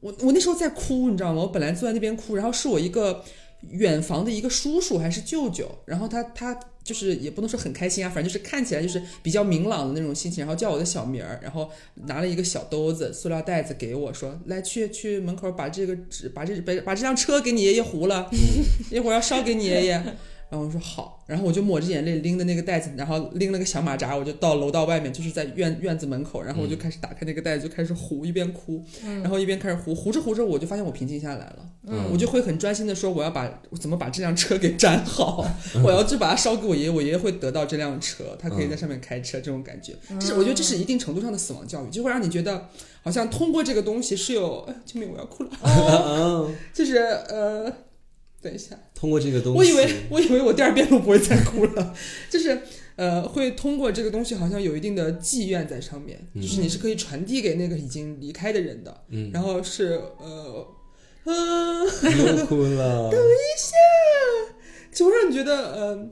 Speaker 3: 我我那时候在哭，你知道吗？我本来坐在那边哭，然后是我一个远房的一个叔叔还是舅舅，然后他他就是也不能说很开心啊，反正就是看起来就是比较明朗的那种心情，然后叫我的小名儿，然后拿了一个小兜子、塑料袋子给我说，来去去门口把这个纸、把这把把这辆车给你爷爷糊了，一会儿要烧给你爷爷。然后我说好，然后我就抹着眼泪拎着那个袋子，然后拎了个小马扎，我就到楼道外面，就是在院院子门口，然后我就开始打开那个袋子，就开始糊，一边哭，然后一边开始糊，糊着糊着我就发现我平静下来了，
Speaker 2: 嗯
Speaker 3: 我就会很专心的说我要把我怎么把这辆车给粘好，我要去把它烧给我爷爷，我爷爷会得到这辆车，他可以在上面开车，这种感觉，这是我觉得这是一定程度上的死亡教育，就会让你觉得好像通过这个东西是有，哎救命我要哭了，
Speaker 2: 嗯嗯
Speaker 3: 就是呃，等一下。
Speaker 2: 通过这个东西，
Speaker 3: 我以为 我以为我第二遍都不会再哭了，就是呃，会通过这个东西好像有一定的妓院在上面，就是你是可以传递给那个已经离开的人的，
Speaker 2: 嗯
Speaker 3: 然后是呃，嗯、
Speaker 2: 又哭了，
Speaker 3: 就会让你觉得嗯。呃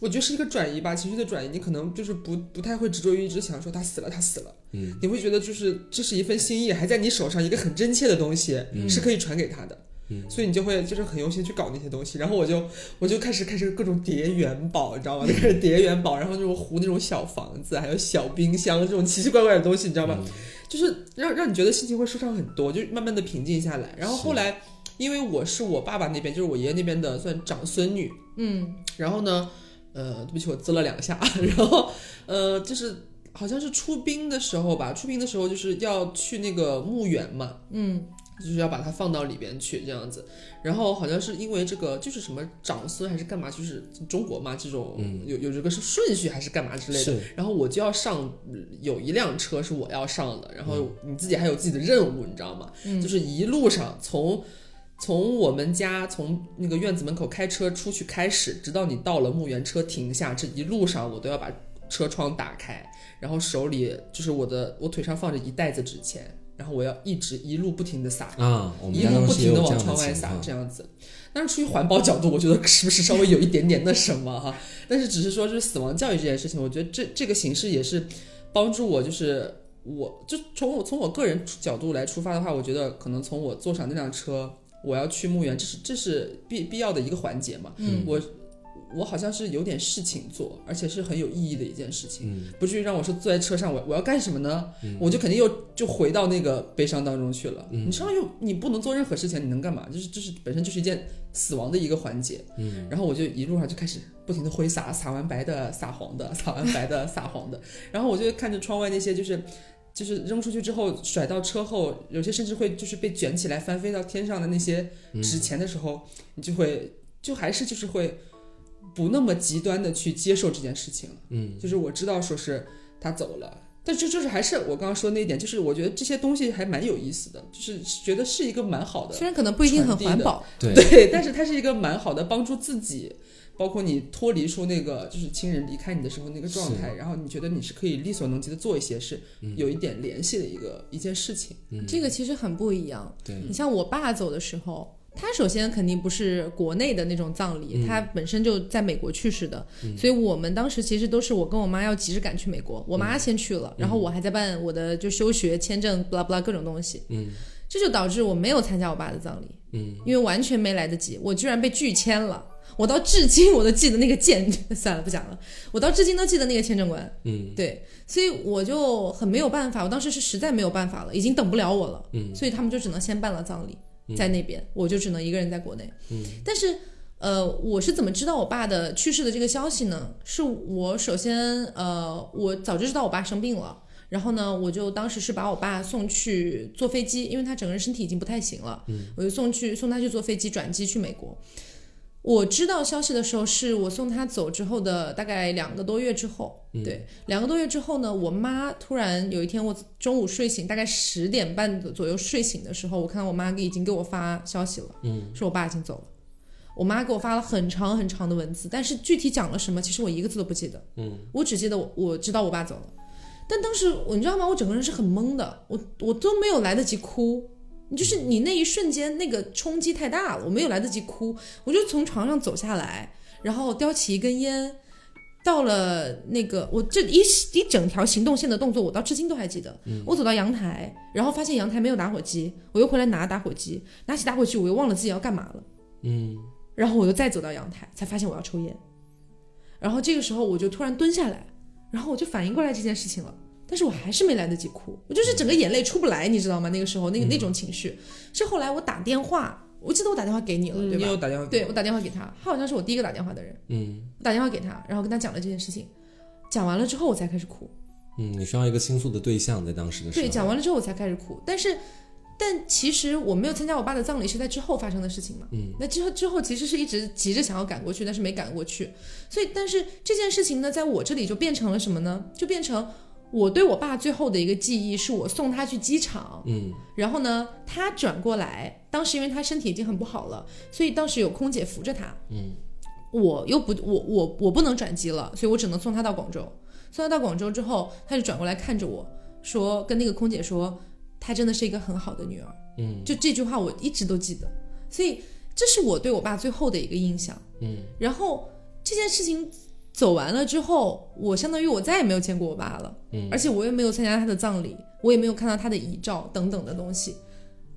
Speaker 3: 我觉得是一个转移吧，情绪的转移。你可能就是不不太会执着于一直想说他死了，他死了。
Speaker 2: 嗯，
Speaker 3: 你会觉得就是这是一份心意，还在你手上，一个很真切的东西、是可以传给他的。
Speaker 2: 嗯
Speaker 3: 所以你就会就是很用心去搞那些东西，然后我就我就开始开始各种叠元宝，你知道吗？就开始叠元宝，然后那种糊那种小房子，还有小冰箱这种奇奇怪怪的东西，你知道
Speaker 2: 嗯
Speaker 3: 吗？就是让让你觉得心情会舒畅很多，就慢慢的平静下来。然后后来，因为我是我爸爸那边，就是我爷爷那边的算长孙女，
Speaker 1: 嗯，
Speaker 3: 然后呢，呃，对不起，我滋了两下， 然后呃，就是好像是出兵的时候吧，出兵的时候就是要去那个墓园嘛，
Speaker 1: 嗯，
Speaker 3: 就是要把它放到里边去这样子。然后好像是因为这个就是什么长孙还是干嘛，就是中国嘛这种、有有这个是顺序还是干嘛之类的
Speaker 2: 是。
Speaker 3: 然后我就要上，有一辆车是我要上的，然后你自己还有自己的任务，你知道吗？就是一路上从。从我们家从那个院子门口开车出去开始，直到你到了墓园车停下，这一路上我都要把车窗打开，然后手里就是我的我腿上放着一袋子纸钱，然后我要一直一路不停的撒，
Speaker 2: 啊，我们
Speaker 3: 一
Speaker 2: 家
Speaker 3: 路
Speaker 2: 当
Speaker 3: 不
Speaker 2: 时也有
Speaker 3: 停的
Speaker 2: 这
Speaker 3: 往
Speaker 2: 样
Speaker 3: 窗
Speaker 2: 的
Speaker 3: 外
Speaker 2: 情
Speaker 3: 撒
Speaker 2: 况，
Speaker 3: 这样子。但是出于环保角度，我觉得是不是稍微有一点点那什么哈？但是只是说，就是死亡教育这件事情，我觉得这这个形式也是帮助我，就是我就从我从我个人角度来出发的话，我觉得可能从我坐上那辆车，我要去墓园，这是这是必必要的一个环节嘛。
Speaker 1: 嗯
Speaker 3: 我我好像是有点事情做，而且是很有意义的一件事情，
Speaker 2: 嗯
Speaker 3: 不至于让我说坐在车上，我我要干什么呢？我就肯定又就回到那个悲伤当中去了。
Speaker 2: 嗯
Speaker 3: 你身上又你不能做任何事情，你能干嘛？就是就是本身就是一件死亡的一个环节。
Speaker 2: 嗯
Speaker 3: 然后我就一路上就开始不停的挥洒，洒完白的，洒黄的，洒完白的，洒黄的。 然后我就看着窗外那些就是。就是扔出去之后甩到车后，有些甚至会就是被卷起来翻飞到天上的那些
Speaker 2: 嗯
Speaker 3: 值钱的时候，你就会就还是就是会不那么极端的去接受这件事情了。
Speaker 2: 嗯
Speaker 3: 就是我知道说是他走了，但就就是还是我刚刚说那一点，就是我觉得这些东西还蛮有意思的，就是觉得是一个蛮好的
Speaker 1: 虽然可能不一定很环保，
Speaker 2: 对
Speaker 3: 对， 但是它是一个蛮好的帮助自己，包括你脱离出那个就是亲人离开你的时候那个状态，然后你觉得你是嗯可以力所能及的做一些事，有一点联系的一个一件事情。
Speaker 1: 这个其实很不一样。
Speaker 2: 对
Speaker 1: 你像我爸走的时候，他首先肯定不是国内的那种葬
Speaker 2: 嗯
Speaker 1: 礼，他本身就在美国去世的，所以我们当时其实都是我跟我妈要急着赶去美国，我
Speaker 2: 嗯
Speaker 1: 妈先去了，然后我还在办我的就休学签证，巴拉巴拉各种东西，
Speaker 2: 嗯
Speaker 1: 这就导致我没有参加我爸的葬礼，
Speaker 2: 嗯，
Speaker 1: 因为完全没来得及，我居然被拒签了。我到至今我都记得那个签， 算了不讲了，我到至今都记得那个签证官，
Speaker 2: 嗯
Speaker 1: 对，所以我就很没有办法，我当时是实在没有办法了，已经等不了我了，
Speaker 2: 嗯
Speaker 1: 所以他们就只能先办了葬礼，在那边，我就只能一个人在国内，
Speaker 2: 嗯，
Speaker 1: 但是。呃，我是怎么知道我爸的去世的这个消息呢？是我首先，呃，我早就知道我爸生病了，然后呢，我就当时是把我爸送去坐飞机，因为他整个人身体已经不太行了，
Speaker 2: 嗯
Speaker 1: 我就送去送他去坐飞机转机去美国。我知道消息的时候，是我送他走之后的大概两个多月之后，
Speaker 2: 嗯
Speaker 1: 对，两个多月之后呢，我妈突然有一天，我中午睡醒，大概十点半左右睡醒的时候，我看到我妈已经给我发消息了，
Speaker 2: 嗯，
Speaker 1: 说我爸已经走了。我妈给我发了很长很长的文字，但是具体讲了什么，其实我一个字都不记得，
Speaker 2: 嗯，
Speaker 1: 我只记得我我知道我爸走了，但当时我你知道吗？我整个人是很懵的，我我都没有来得及哭。你就是你那一瞬间那个冲击太大了，我没有来得及哭，我就从床上走下来，然后叼起一根烟，到了那个我这一一整条行动线的动作，我到至今都还记得。我走到阳台，然后发现阳台没有打火机，我又回来拿打火机，拿起打火机我又忘了自己要干嘛了，
Speaker 2: 嗯
Speaker 1: 然后我又再走到阳台，才发现我要抽烟，然后这个时候我就突然蹲下来，然后我就反应过来这件事情了。但是我还是没来得及哭，我就是整个眼泪出不来，你知道吗？那个时候那个那种情绪，是后来我打电话，我记得我打电话给你了，对
Speaker 3: 嗯你
Speaker 1: 吧？
Speaker 3: 有打电话
Speaker 1: 对我打电话给他，他好像是我第一个打电话的人，
Speaker 2: 嗯
Speaker 1: 我打电话给他，然后跟他讲了这件事情，讲完了之后我才开始哭，
Speaker 2: 嗯，你需要一个倾诉的对象，在当时的时候，
Speaker 1: 对，讲完了之后我才开始哭，但是。但其实我没有参加我爸的葬礼，是在之后发生的事情嘛。
Speaker 2: 嗯，
Speaker 1: 那之后之后其实是一直急着想要赶过去，但是没赶过去。所以，但是这件事情呢，在我这里就变成了什么呢？就变成我对我爸最后的一个记忆，是我送他去机场，
Speaker 2: 嗯
Speaker 1: 然后呢，他转过来，当时因为他身体已经很不好了，所以当时有空姐扶着他，
Speaker 2: 嗯
Speaker 1: 我又不，我我我不能转机了，所以我只能送他到广州。送他到广州之后，他就转过来看着我说，跟那个空姐说，她真的是一个很好的女儿。
Speaker 2: 嗯
Speaker 1: 就这句话我一直都记得，所以这是我对我爸最后的一个印象。
Speaker 2: 嗯
Speaker 1: 然后这件事情走完了之后，我相当于我再也没有见过我爸了，
Speaker 2: 嗯
Speaker 1: 而且我也没有参加他的葬礼，我也没有看到他的遗照等等的东西，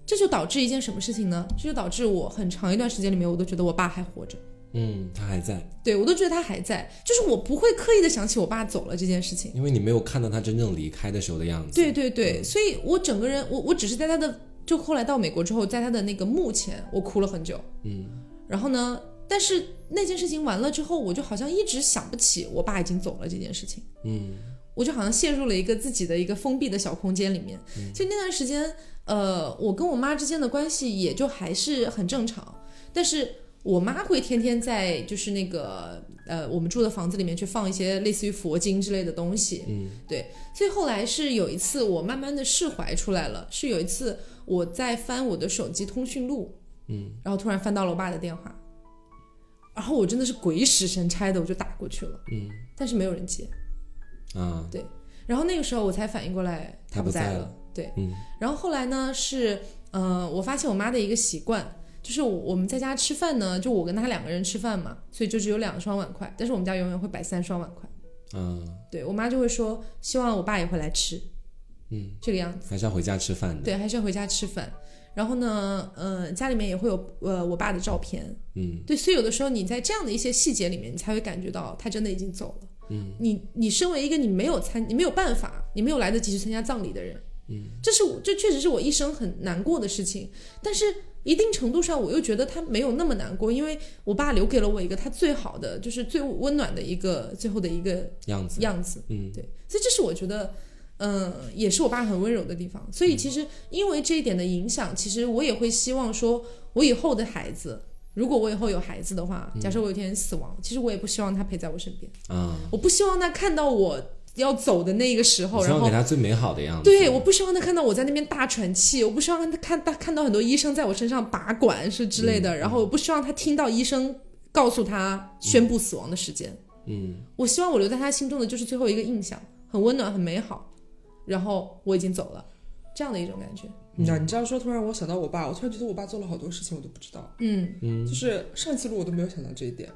Speaker 1: 这就导致一件什么事情呢？这就导致我很长一段时间里面，我都觉得我爸还活着。
Speaker 2: 嗯，他还在，
Speaker 1: 对我都觉得他还在，就是我不会刻意的想起我爸走了这件事情。
Speaker 2: 因为你没有看到他真正离开的时候的样子。嗯
Speaker 1: 对，对对，所以我整个人，我我只是在他的，就后来到美国之后，在他的那个墓前，我哭了很久。
Speaker 2: 嗯
Speaker 1: 然后呢，但是那件事情完了之后，我就好像一直想不起我爸已经走了这件事情，
Speaker 2: 嗯
Speaker 1: 我就好像陷入了一个自己的一个封闭的小空间里面。
Speaker 2: 嗯
Speaker 1: 所以那段时间，呃，我跟我妈之间的关系也就还是很正常，但是。我妈会天天在就是那个呃我们住的房子里面去放一些类似于佛经之类的东西，
Speaker 2: 嗯
Speaker 1: 对，所以后来是有一次我慢慢的释怀出来了，是有一次我在翻我的手机通讯录，
Speaker 2: 嗯
Speaker 1: 然后突然翻到了我爸的电话，然后我真的是鬼使神差的我就打过去了，
Speaker 2: 嗯
Speaker 1: 但是没有人接。
Speaker 2: 啊，
Speaker 1: 然后那个时候我才反应过来
Speaker 2: 他
Speaker 1: 不
Speaker 2: 不在
Speaker 1: 在
Speaker 2: 了
Speaker 1: 对，
Speaker 2: 嗯
Speaker 1: 然后后来呢是，呃，我发现我妈的一个习惯，就是我我们在家吃饭呢，就我跟她两个人吃饭嘛，所以就只有两双碗筷，但是我们家永远会摆三双碗筷。
Speaker 2: 啊，
Speaker 1: 对我妈就会说，希望我爸也会来吃
Speaker 2: 嗯，
Speaker 1: 这个样子。
Speaker 2: 还是要回家吃饭的。
Speaker 1: 对，还是要回家吃饭。然后呢，呃，家里面也会有呃我爸的照片，
Speaker 2: 嗯，
Speaker 1: 对，所以有的时候你在这样的一些细节里面，你才会感觉到他真的已经走了。嗯，你你身为一个你没有参，你没有办法，你没有来得及去参加葬礼的人，嗯，这是我这确实是我一生很难过的事情。但是一定程度上，我又觉得他没有那么难过，因为我爸留给了我一个他最好的，就是最温暖的一个最后的一个
Speaker 2: 样子，
Speaker 1: 样子。
Speaker 2: 嗯，
Speaker 1: 对，所以这是我觉得，嗯、也是我爸很温柔的地方。所
Speaker 2: 嗯
Speaker 1: 以其实因为这一点的影响，其实我也会希望说，我以后的孩子，如果我以后有孩子的话，
Speaker 2: 嗯
Speaker 1: 假设我有一天死亡，其实我也不希望他陪在我身边，
Speaker 2: 啊，
Speaker 1: 我不希望他看到我要走的那个时候，
Speaker 2: 我希
Speaker 1: 然
Speaker 2: 望
Speaker 1: 后
Speaker 2: 给。他最美好的样子。
Speaker 1: 对，我不希望他看到我在那边大喘气，我不希望他看他看到很多医生在我身上拔管是之类
Speaker 3: 嗯
Speaker 1: 的，然后我不希望他听到医生告诉他宣布死亡的时间。
Speaker 2: 嗯，
Speaker 1: 我希望我留在他心中的就是最后一个印象，很温暖，很美好。然后我已经走了，这样的一种感觉。
Speaker 3: 那你这样说，突然我想到我爸，我突然觉得我爸做了好多事情，我都不知道。
Speaker 1: 嗯
Speaker 3: 就是上次录我都没有想到这一点，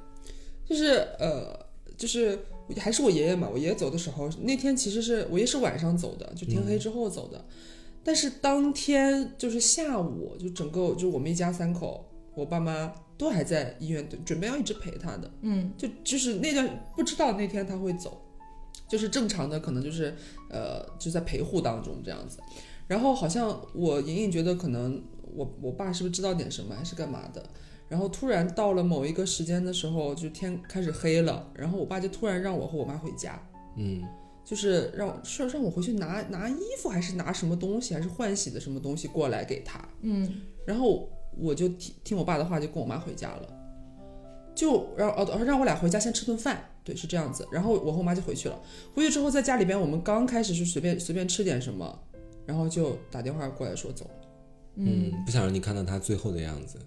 Speaker 3: 就是呃，就是还是我爷爷嘛，我爷爷走的时候，那天其实是我爷是晚上走的，就天黑之后走的，但是当天就是下午，就整个就我们一家三口，我爸妈都还在医院，准备要一直陪他的，
Speaker 1: 嗯
Speaker 3: 就就是那段不知道那天他会走，就是正常的可能就是呃就在陪护当中这样子。然后好像我隐隐觉得可能我我爸是不是知道点什么还是干嘛的，然后突然到了某一个时间的时候，就天开始黑了，然后我爸就突然让我和我妈回家，
Speaker 2: 嗯
Speaker 3: 就是让我是让我回去拿拿衣服还是拿什么东西还是换洗的什么东西过来给他，
Speaker 1: 嗯
Speaker 3: 然后我就听听我爸的话，就跟我妈回家了，就让哦让我俩回家先吃顿饭，对，是这样子。然后我和我妈就回去了，回去之后在家里边，我们刚开始是随便随便吃点什么，然后就打电话过来说走了。
Speaker 1: 嗯，
Speaker 2: 嗯，不想让你看到他最后的样子。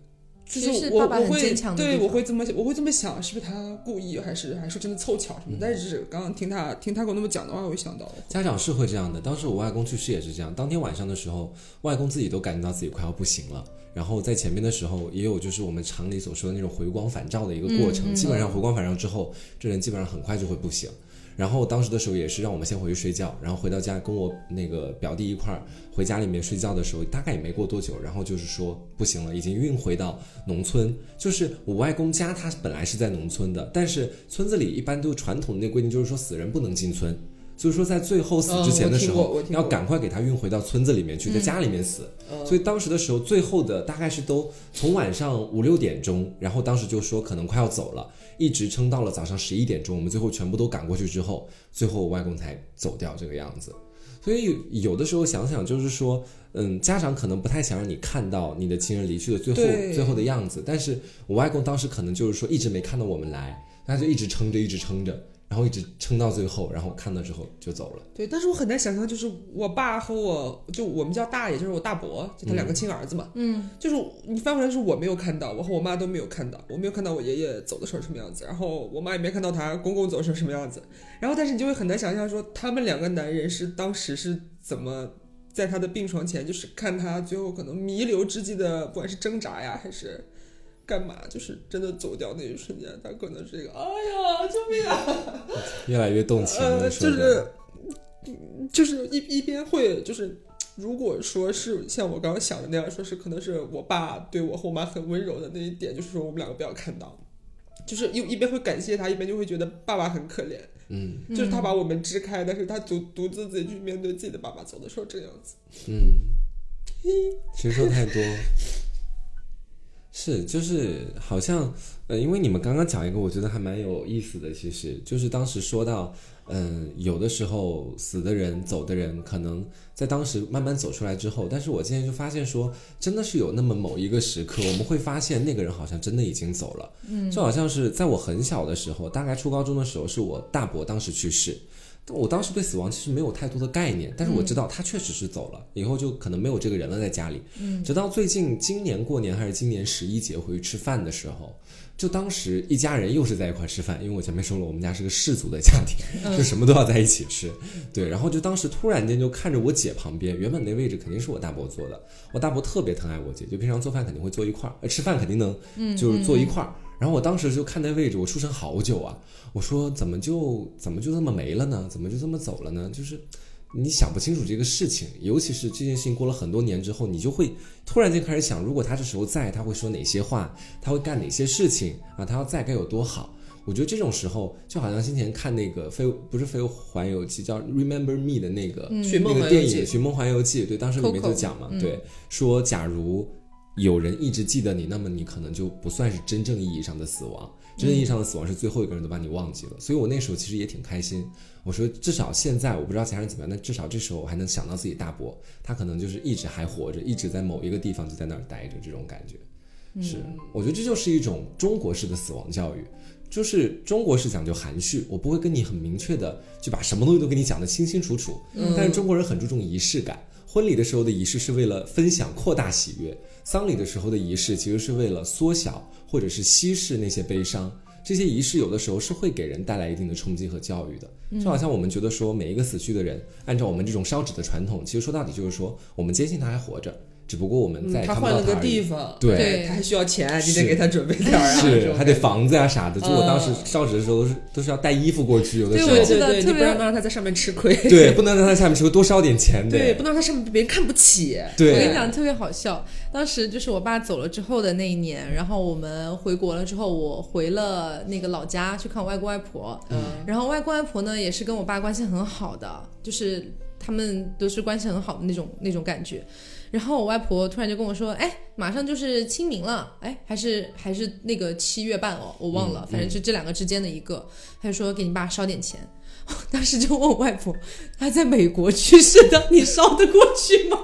Speaker 3: 就
Speaker 1: 其实
Speaker 3: 我
Speaker 1: 爸爸
Speaker 3: 我
Speaker 1: 很
Speaker 3: 会
Speaker 1: 坚强的地
Speaker 3: 对
Speaker 1: 方
Speaker 3: 我会这么我会这么想，是不是他故意还是还是真的凑巧
Speaker 2: 嗯
Speaker 3: 什么？但是刚刚听他听他跟我那么讲的话，我就想到了。
Speaker 2: 家长是会这样的。当时我外公去世也是这样，当天晚上的时候，外公自己都感觉到自己快要不行了。然后在前面的时候，也有就是我们常理所说的那种回光返照的一个过程。基本上回光返照之后，这人基本上很快就会不行。然后当时的时候也是让我们先回去睡觉，然后回到家跟我那个表弟一块儿回家里面睡觉的时候，大概也没过多久，然后就是说不行了，已经运回到农村。就是我外公家他本来是在农村的，但是村子里一般都传统的那个规定就是说死人不能进村，所以说在最后死之前的时
Speaker 3: 嗯我听过
Speaker 2: 候
Speaker 3: 我，听过嗯
Speaker 2: 要赶快给他运回到村子里面去，在家里面死。所以当时的时候，最后的大概是都从晚上五六点钟，然后当时就说可能快要走了，一直撑到了早上十一点钟，我们最后全部都赶过去之后，最后我外公才走掉这个样子。所以有的时候想想，就是说，嗯，家长可能不太想让你看到你的亲人离去的最后
Speaker 3: 对
Speaker 2: 最后的样子，但是我外公当时可能就是说一直没看到我们来，他就一直撑着，一直撑着，然后一直撑到最后，然后看到之后就走了。
Speaker 3: 对，但是我很难想象，就是我爸和我就我们叫大爷，就是我大伯，就他两个亲儿子嘛，
Speaker 1: 嗯
Speaker 3: 就是你翻过来是我没有看到，我和我妈都没有看到，我没有看到我爷爷走的时候什么样子，然后我妈也没看到他公公走的时候什么样子，然后但是你就会很难想象说他们两个男人是当时是怎么在他的病床前，就是看他最后可能弥留之际的，不管是挣扎呀还是干嘛，就是真的走掉那一瞬间，他可能是一个哎呀救命啊，
Speaker 2: 越来越动情了，
Speaker 3: 呃，
Speaker 2: 说
Speaker 3: 就
Speaker 2: 的
Speaker 3: 是嗯就是一一边会就是，如果说是像我刚刚想的那样，说是可能是我爸对我和我妈很温柔的那一点，就是说我们两个不要看到，就是一一边会感谢他，一边就会觉得爸爸很可怜，
Speaker 2: 嗯。
Speaker 3: 就是他把我们支开，但是他独独自自己去面对自己的爸爸走的时候这个样子。
Speaker 2: 嗯，谁说太多？ 是，就是好像，呃，因为你们刚刚讲一个，我觉得还蛮有意思的。其实就是当时说到，嗯、有的时候死的人、走的人，可能在当时慢慢走出来之后，但是我今天就发现说，真的是有那么某一个时刻，我们会发现那个人好像真的已经走了。嗯，就好像是在我很小的时候，大概初高中的时候，是我大伯当时去世，但我当时对死亡其实没有太多的概念，但是我知道他确实是走了，以后就可能没有这个人了在家里。嗯，直到最近今年过年还是今年十一节回去吃饭的时候，就当时一家人又是在一块吃饭，因为我前面说了我们家是个氏族的家庭，就什么都要在一起吃。对，然后就当时突然间就看着我姐旁边，原本那位置肯定是我大伯坐的，我大伯特别疼爱我姐，就平常做饭肯定会坐一块儿，呃吃饭肯定能，就是坐一块儿。然后我当时就看那位置，我出神好久啊，我说怎么就怎么就这么没了呢？怎么就这么走了呢？就是你想不清楚这个事情，尤其是这件事情过了很多年之后，你就会突然间开始想，如果他这时候在，他会说哪些话，他会干哪些事情啊，他要在该有多好。我觉得这种时候就好像先前看那个《飞》，不是《飞环游记》，叫《Remember Me》的那个、
Speaker 3: 寻嗯
Speaker 2: 那
Speaker 3: 梦
Speaker 2: 个
Speaker 3: 环游
Speaker 2: 电影《
Speaker 3: 记嗯
Speaker 2: 寻梦环游记》，对，当时里面就
Speaker 1: Coco，
Speaker 2: 讲嘛，对，说假如有人一直记得你，那么你可能就不算是真正意义上的死亡。真正意义上的死亡是最后一个人都把你忘记了，所以我那时候其实也挺开心。我说至少现在我不知道其他人怎么样，但至少这时候我还能想到自己大伯，他可能就是一直还活着，一直在某一个地方就在那儿待着，这种感觉。是，我觉得这就是一种中国式的死亡教育，就是中国式讲究含蓄，我不会跟你很明确的就把什么东西都跟你讲得清清楚楚。
Speaker 3: 嗯
Speaker 2: 但是中国人很注重仪式感，婚礼的时候的仪式是为了分享、扩大喜悦；丧礼的时候的仪式其实是为了缩小或者是稀释那些悲伤。这些仪式有的时候是会给人带来一定的冲击和教育的，就好像我们觉得说每一个死去的人，按照我们这种烧纸的传统，其实说到底就是说我们坚信他还活着，只不过我们在
Speaker 3: 嗯他
Speaker 2: 看不
Speaker 3: 换
Speaker 2: 到
Speaker 3: 了个
Speaker 2: 而已
Speaker 3: 地方，
Speaker 2: 对
Speaker 1: 对
Speaker 3: 他还需要钱，你
Speaker 2: 是
Speaker 3: 得给他准备点儿啊，这
Speaker 2: 是
Speaker 3: 种
Speaker 2: 还得
Speaker 3: 感觉
Speaker 2: 房子呀、啥的。就我当时
Speaker 3: 嗯
Speaker 2: 烧纸的时候，都是都是要带衣服过去，有的时
Speaker 1: 对我
Speaker 2: 候
Speaker 1: 记
Speaker 3: 对
Speaker 1: 得
Speaker 3: 对，
Speaker 1: 特
Speaker 3: 你
Speaker 1: 别
Speaker 3: 不能让他在上面吃亏，
Speaker 2: 对，不能让他下面吃亏，多烧点钱的。
Speaker 3: 对，不能让他上面被别人看不起，
Speaker 1: 我跟你
Speaker 2: 对，
Speaker 1: 讲，特别好笑。当时就是我爸走了之后的那一年，然后我们回国了之后，我回了那个老家去看我外公外婆。
Speaker 3: 嗯，
Speaker 1: 然后外公外婆呢，也是跟我爸关系很好的，就是他们都是关系很好的那种那种感觉。然后我外婆突然就跟我说：“哎，马上就是清明了，哎，还是还是那个七月半哦，我忘了，反正就这两个之间的一个。”她就说：“给你爸烧点钱。” 我当时就问我外婆：“他在美国去世的，你烧得过去吗？”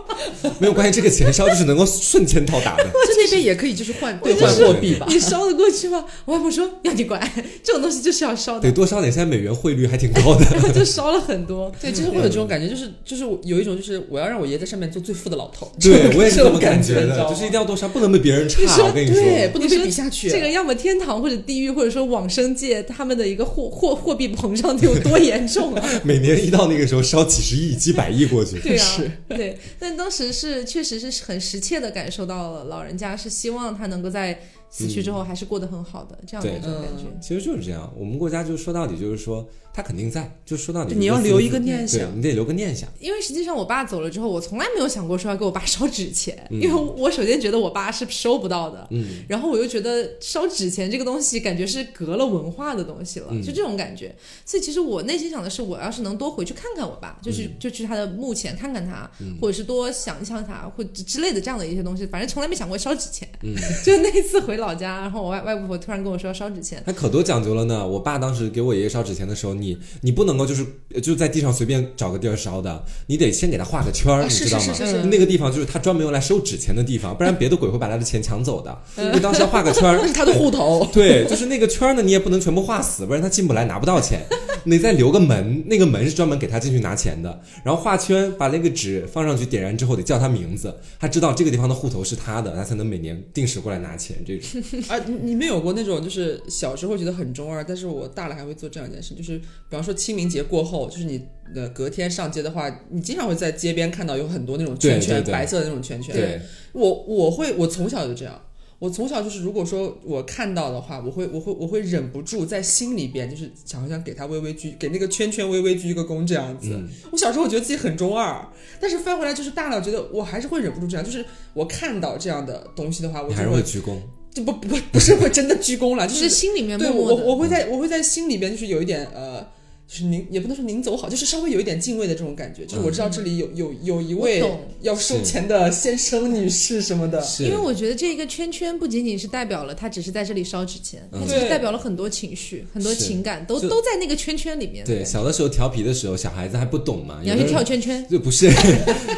Speaker 2: 没有关系，这个钱烧就是能够瞬间到达 的。
Speaker 3: 在那边也可以就是换兑
Speaker 2: 就
Speaker 3: 换
Speaker 2: 是
Speaker 3: 货币吧，
Speaker 1: 你烧得过去吗？我外婆说要你管， 这种东西就是要烧的
Speaker 2: 得，多烧点，现在美元汇率还挺高的。
Speaker 1: 然 后就烧了很多。
Speaker 3: 对，就是会有这种感觉，就是就是我有一种就是我要让我爷在上面做最富的老头，
Speaker 2: 对，我也是
Speaker 3: 这
Speaker 2: 这
Speaker 3: 种
Speaker 2: 么感
Speaker 3: 感
Speaker 2: 觉
Speaker 3: 你知
Speaker 2: 的，
Speaker 3: 道吗
Speaker 2: 就是一定要多烧，不能被别人差。我跟你
Speaker 3: 对，
Speaker 2: 说，
Speaker 3: 不能被比下去，
Speaker 1: 这个要么天堂或者地狱，或者说往生界，他们的一个货 货货币膨胀得有多严重啊！
Speaker 2: 每年一到那个时候烧几十亿、几百亿过去。
Speaker 1: 对啊
Speaker 3: 是，
Speaker 1: 对。但当时是确实是很实切的感受到了，老人家是希望他能够在死去之后还是过得很好的这样的一种感觉。
Speaker 2: 其实就是这样，我们国家就说到底就是说，他肯定在，就说到底
Speaker 3: 你要留一个念
Speaker 2: 对
Speaker 3: 想，
Speaker 2: 你得留个念想。
Speaker 1: 因为实际上我爸走了之后，我从来没有想过说要给我爸烧纸钱，
Speaker 3: 嗯
Speaker 1: 因为我首先觉得我爸是收不到的，
Speaker 2: 嗯，
Speaker 1: 然后我又觉得烧纸钱这个东西感觉是隔了文化的东西了，
Speaker 3: 嗯
Speaker 1: 就这种感觉。所以其实我内心想的是，我要是能多回去看看我
Speaker 3: 嗯
Speaker 1: 爸，就去、就去他的墓前看看他，或者是多想一想他，或者之类的这样的一些东西，反正从来没想过烧纸钱。
Speaker 3: 嗯
Speaker 1: 就那次回老家，然后我外外婆婆突然跟我说要烧纸钱，
Speaker 2: 还可多讲究了呢！我爸当时给我爷爷烧纸钱的时候，你你不能够就是呃就在地上随便找个地儿烧的，你得先给他画个圈儿，
Speaker 3: 啊
Speaker 2: 你
Speaker 3: 是
Speaker 2: 知道吗？
Speaker 3: 是是
Speaker 1: 是
Speaker 2: 那个地方就是他专门用来收纸钱的地方，不然别的鬼会把他的钱抢走的。就当时要画个圈儿
Speaker 3: 嗯 那，是他的 户头，
Speaker 2: 对，就是那个圈儿呢，你也不能全部画死，不然他进不来拿不到钱。你再留个门，那个门是专门给他进去拿钱的。然后画圈，把那个纸放上去，点燃之后得叫他名字，他知道这个地方的户头是他的，他才能每年定时过来拿钱。这种，
Speaker 3: 啊，你你们有过那种就是小时候觉得很中二，但是我大了还会做这样一件事，就是比方说清明节过后，就是你呃隔天上街的话，你经常会在街边看到有很多那种圈
Speaker 2: 对
Speaker 3: 圈，
Speaker 2: 对对
Speaker 3: 白色的那种圈圈。
Speaker 2: 对，
Speaker 3: 我我会我从小就这样，我从小就是如果说我看到的话，我会我会我会忍不住在心里边就是想好像给他微微鞠给那个圈圈微微鞠一个躬这样子。
Speaker 2: 嗯
Speaker 3: 我小时候我觉得自己很中二，但是翻回来就是大了，觉得我还是会忍不住这样，就是我看到这样的东西的啊话，我
Speaker 2: 你
Speaker 3: 就
Speaker 2: 还是
Speaker 3: 会
Speaker 2: 会鞠躬。
Speaker 3: 就不不不是会真的鞠躬了，就
Speaker 1: 就是
Speaker 3: 是
Speaker 1: 心里面
Speaker 3: 对
Speaker 1: 默默
Speaker 3: 我
Speaker 1: 嗯的。
Speaker 3: 我会在我会在心里边就是有一点呃，就是您也不能说您走好，就是稍微有一点敬畏的这种感觉，就是我知道这里有有有一
Speaker 1: 嗯
Speaker 3: 位
Speaker 1: 我懂
Speaker 3: 要收钱的先生女士什么的，
Speaker 2: 是
Speaker 1: 因为我觉得这个圈圈不仅仅是代表了他只是在这里烧纸钱，
Speaker 2: 嗯
Speaker 1: 它其实代表了很多情绪、很多
Speaker 2: 是
Speaker 1: 情感，都
Speaker 2: 就
Speaker 1: 都在那个圈圈里面。
Speaker 2: 对，小的时候调皮的时候，小孩子还不懂嘛，
Speaker 1: 你
Speaker 2: 有
Speaker 1: 要
Speaker 2: 的
Speaker 1: 去跳
Speaker 2: 人
Speaker 1: 圈圈，
Speaker 2: 就不是，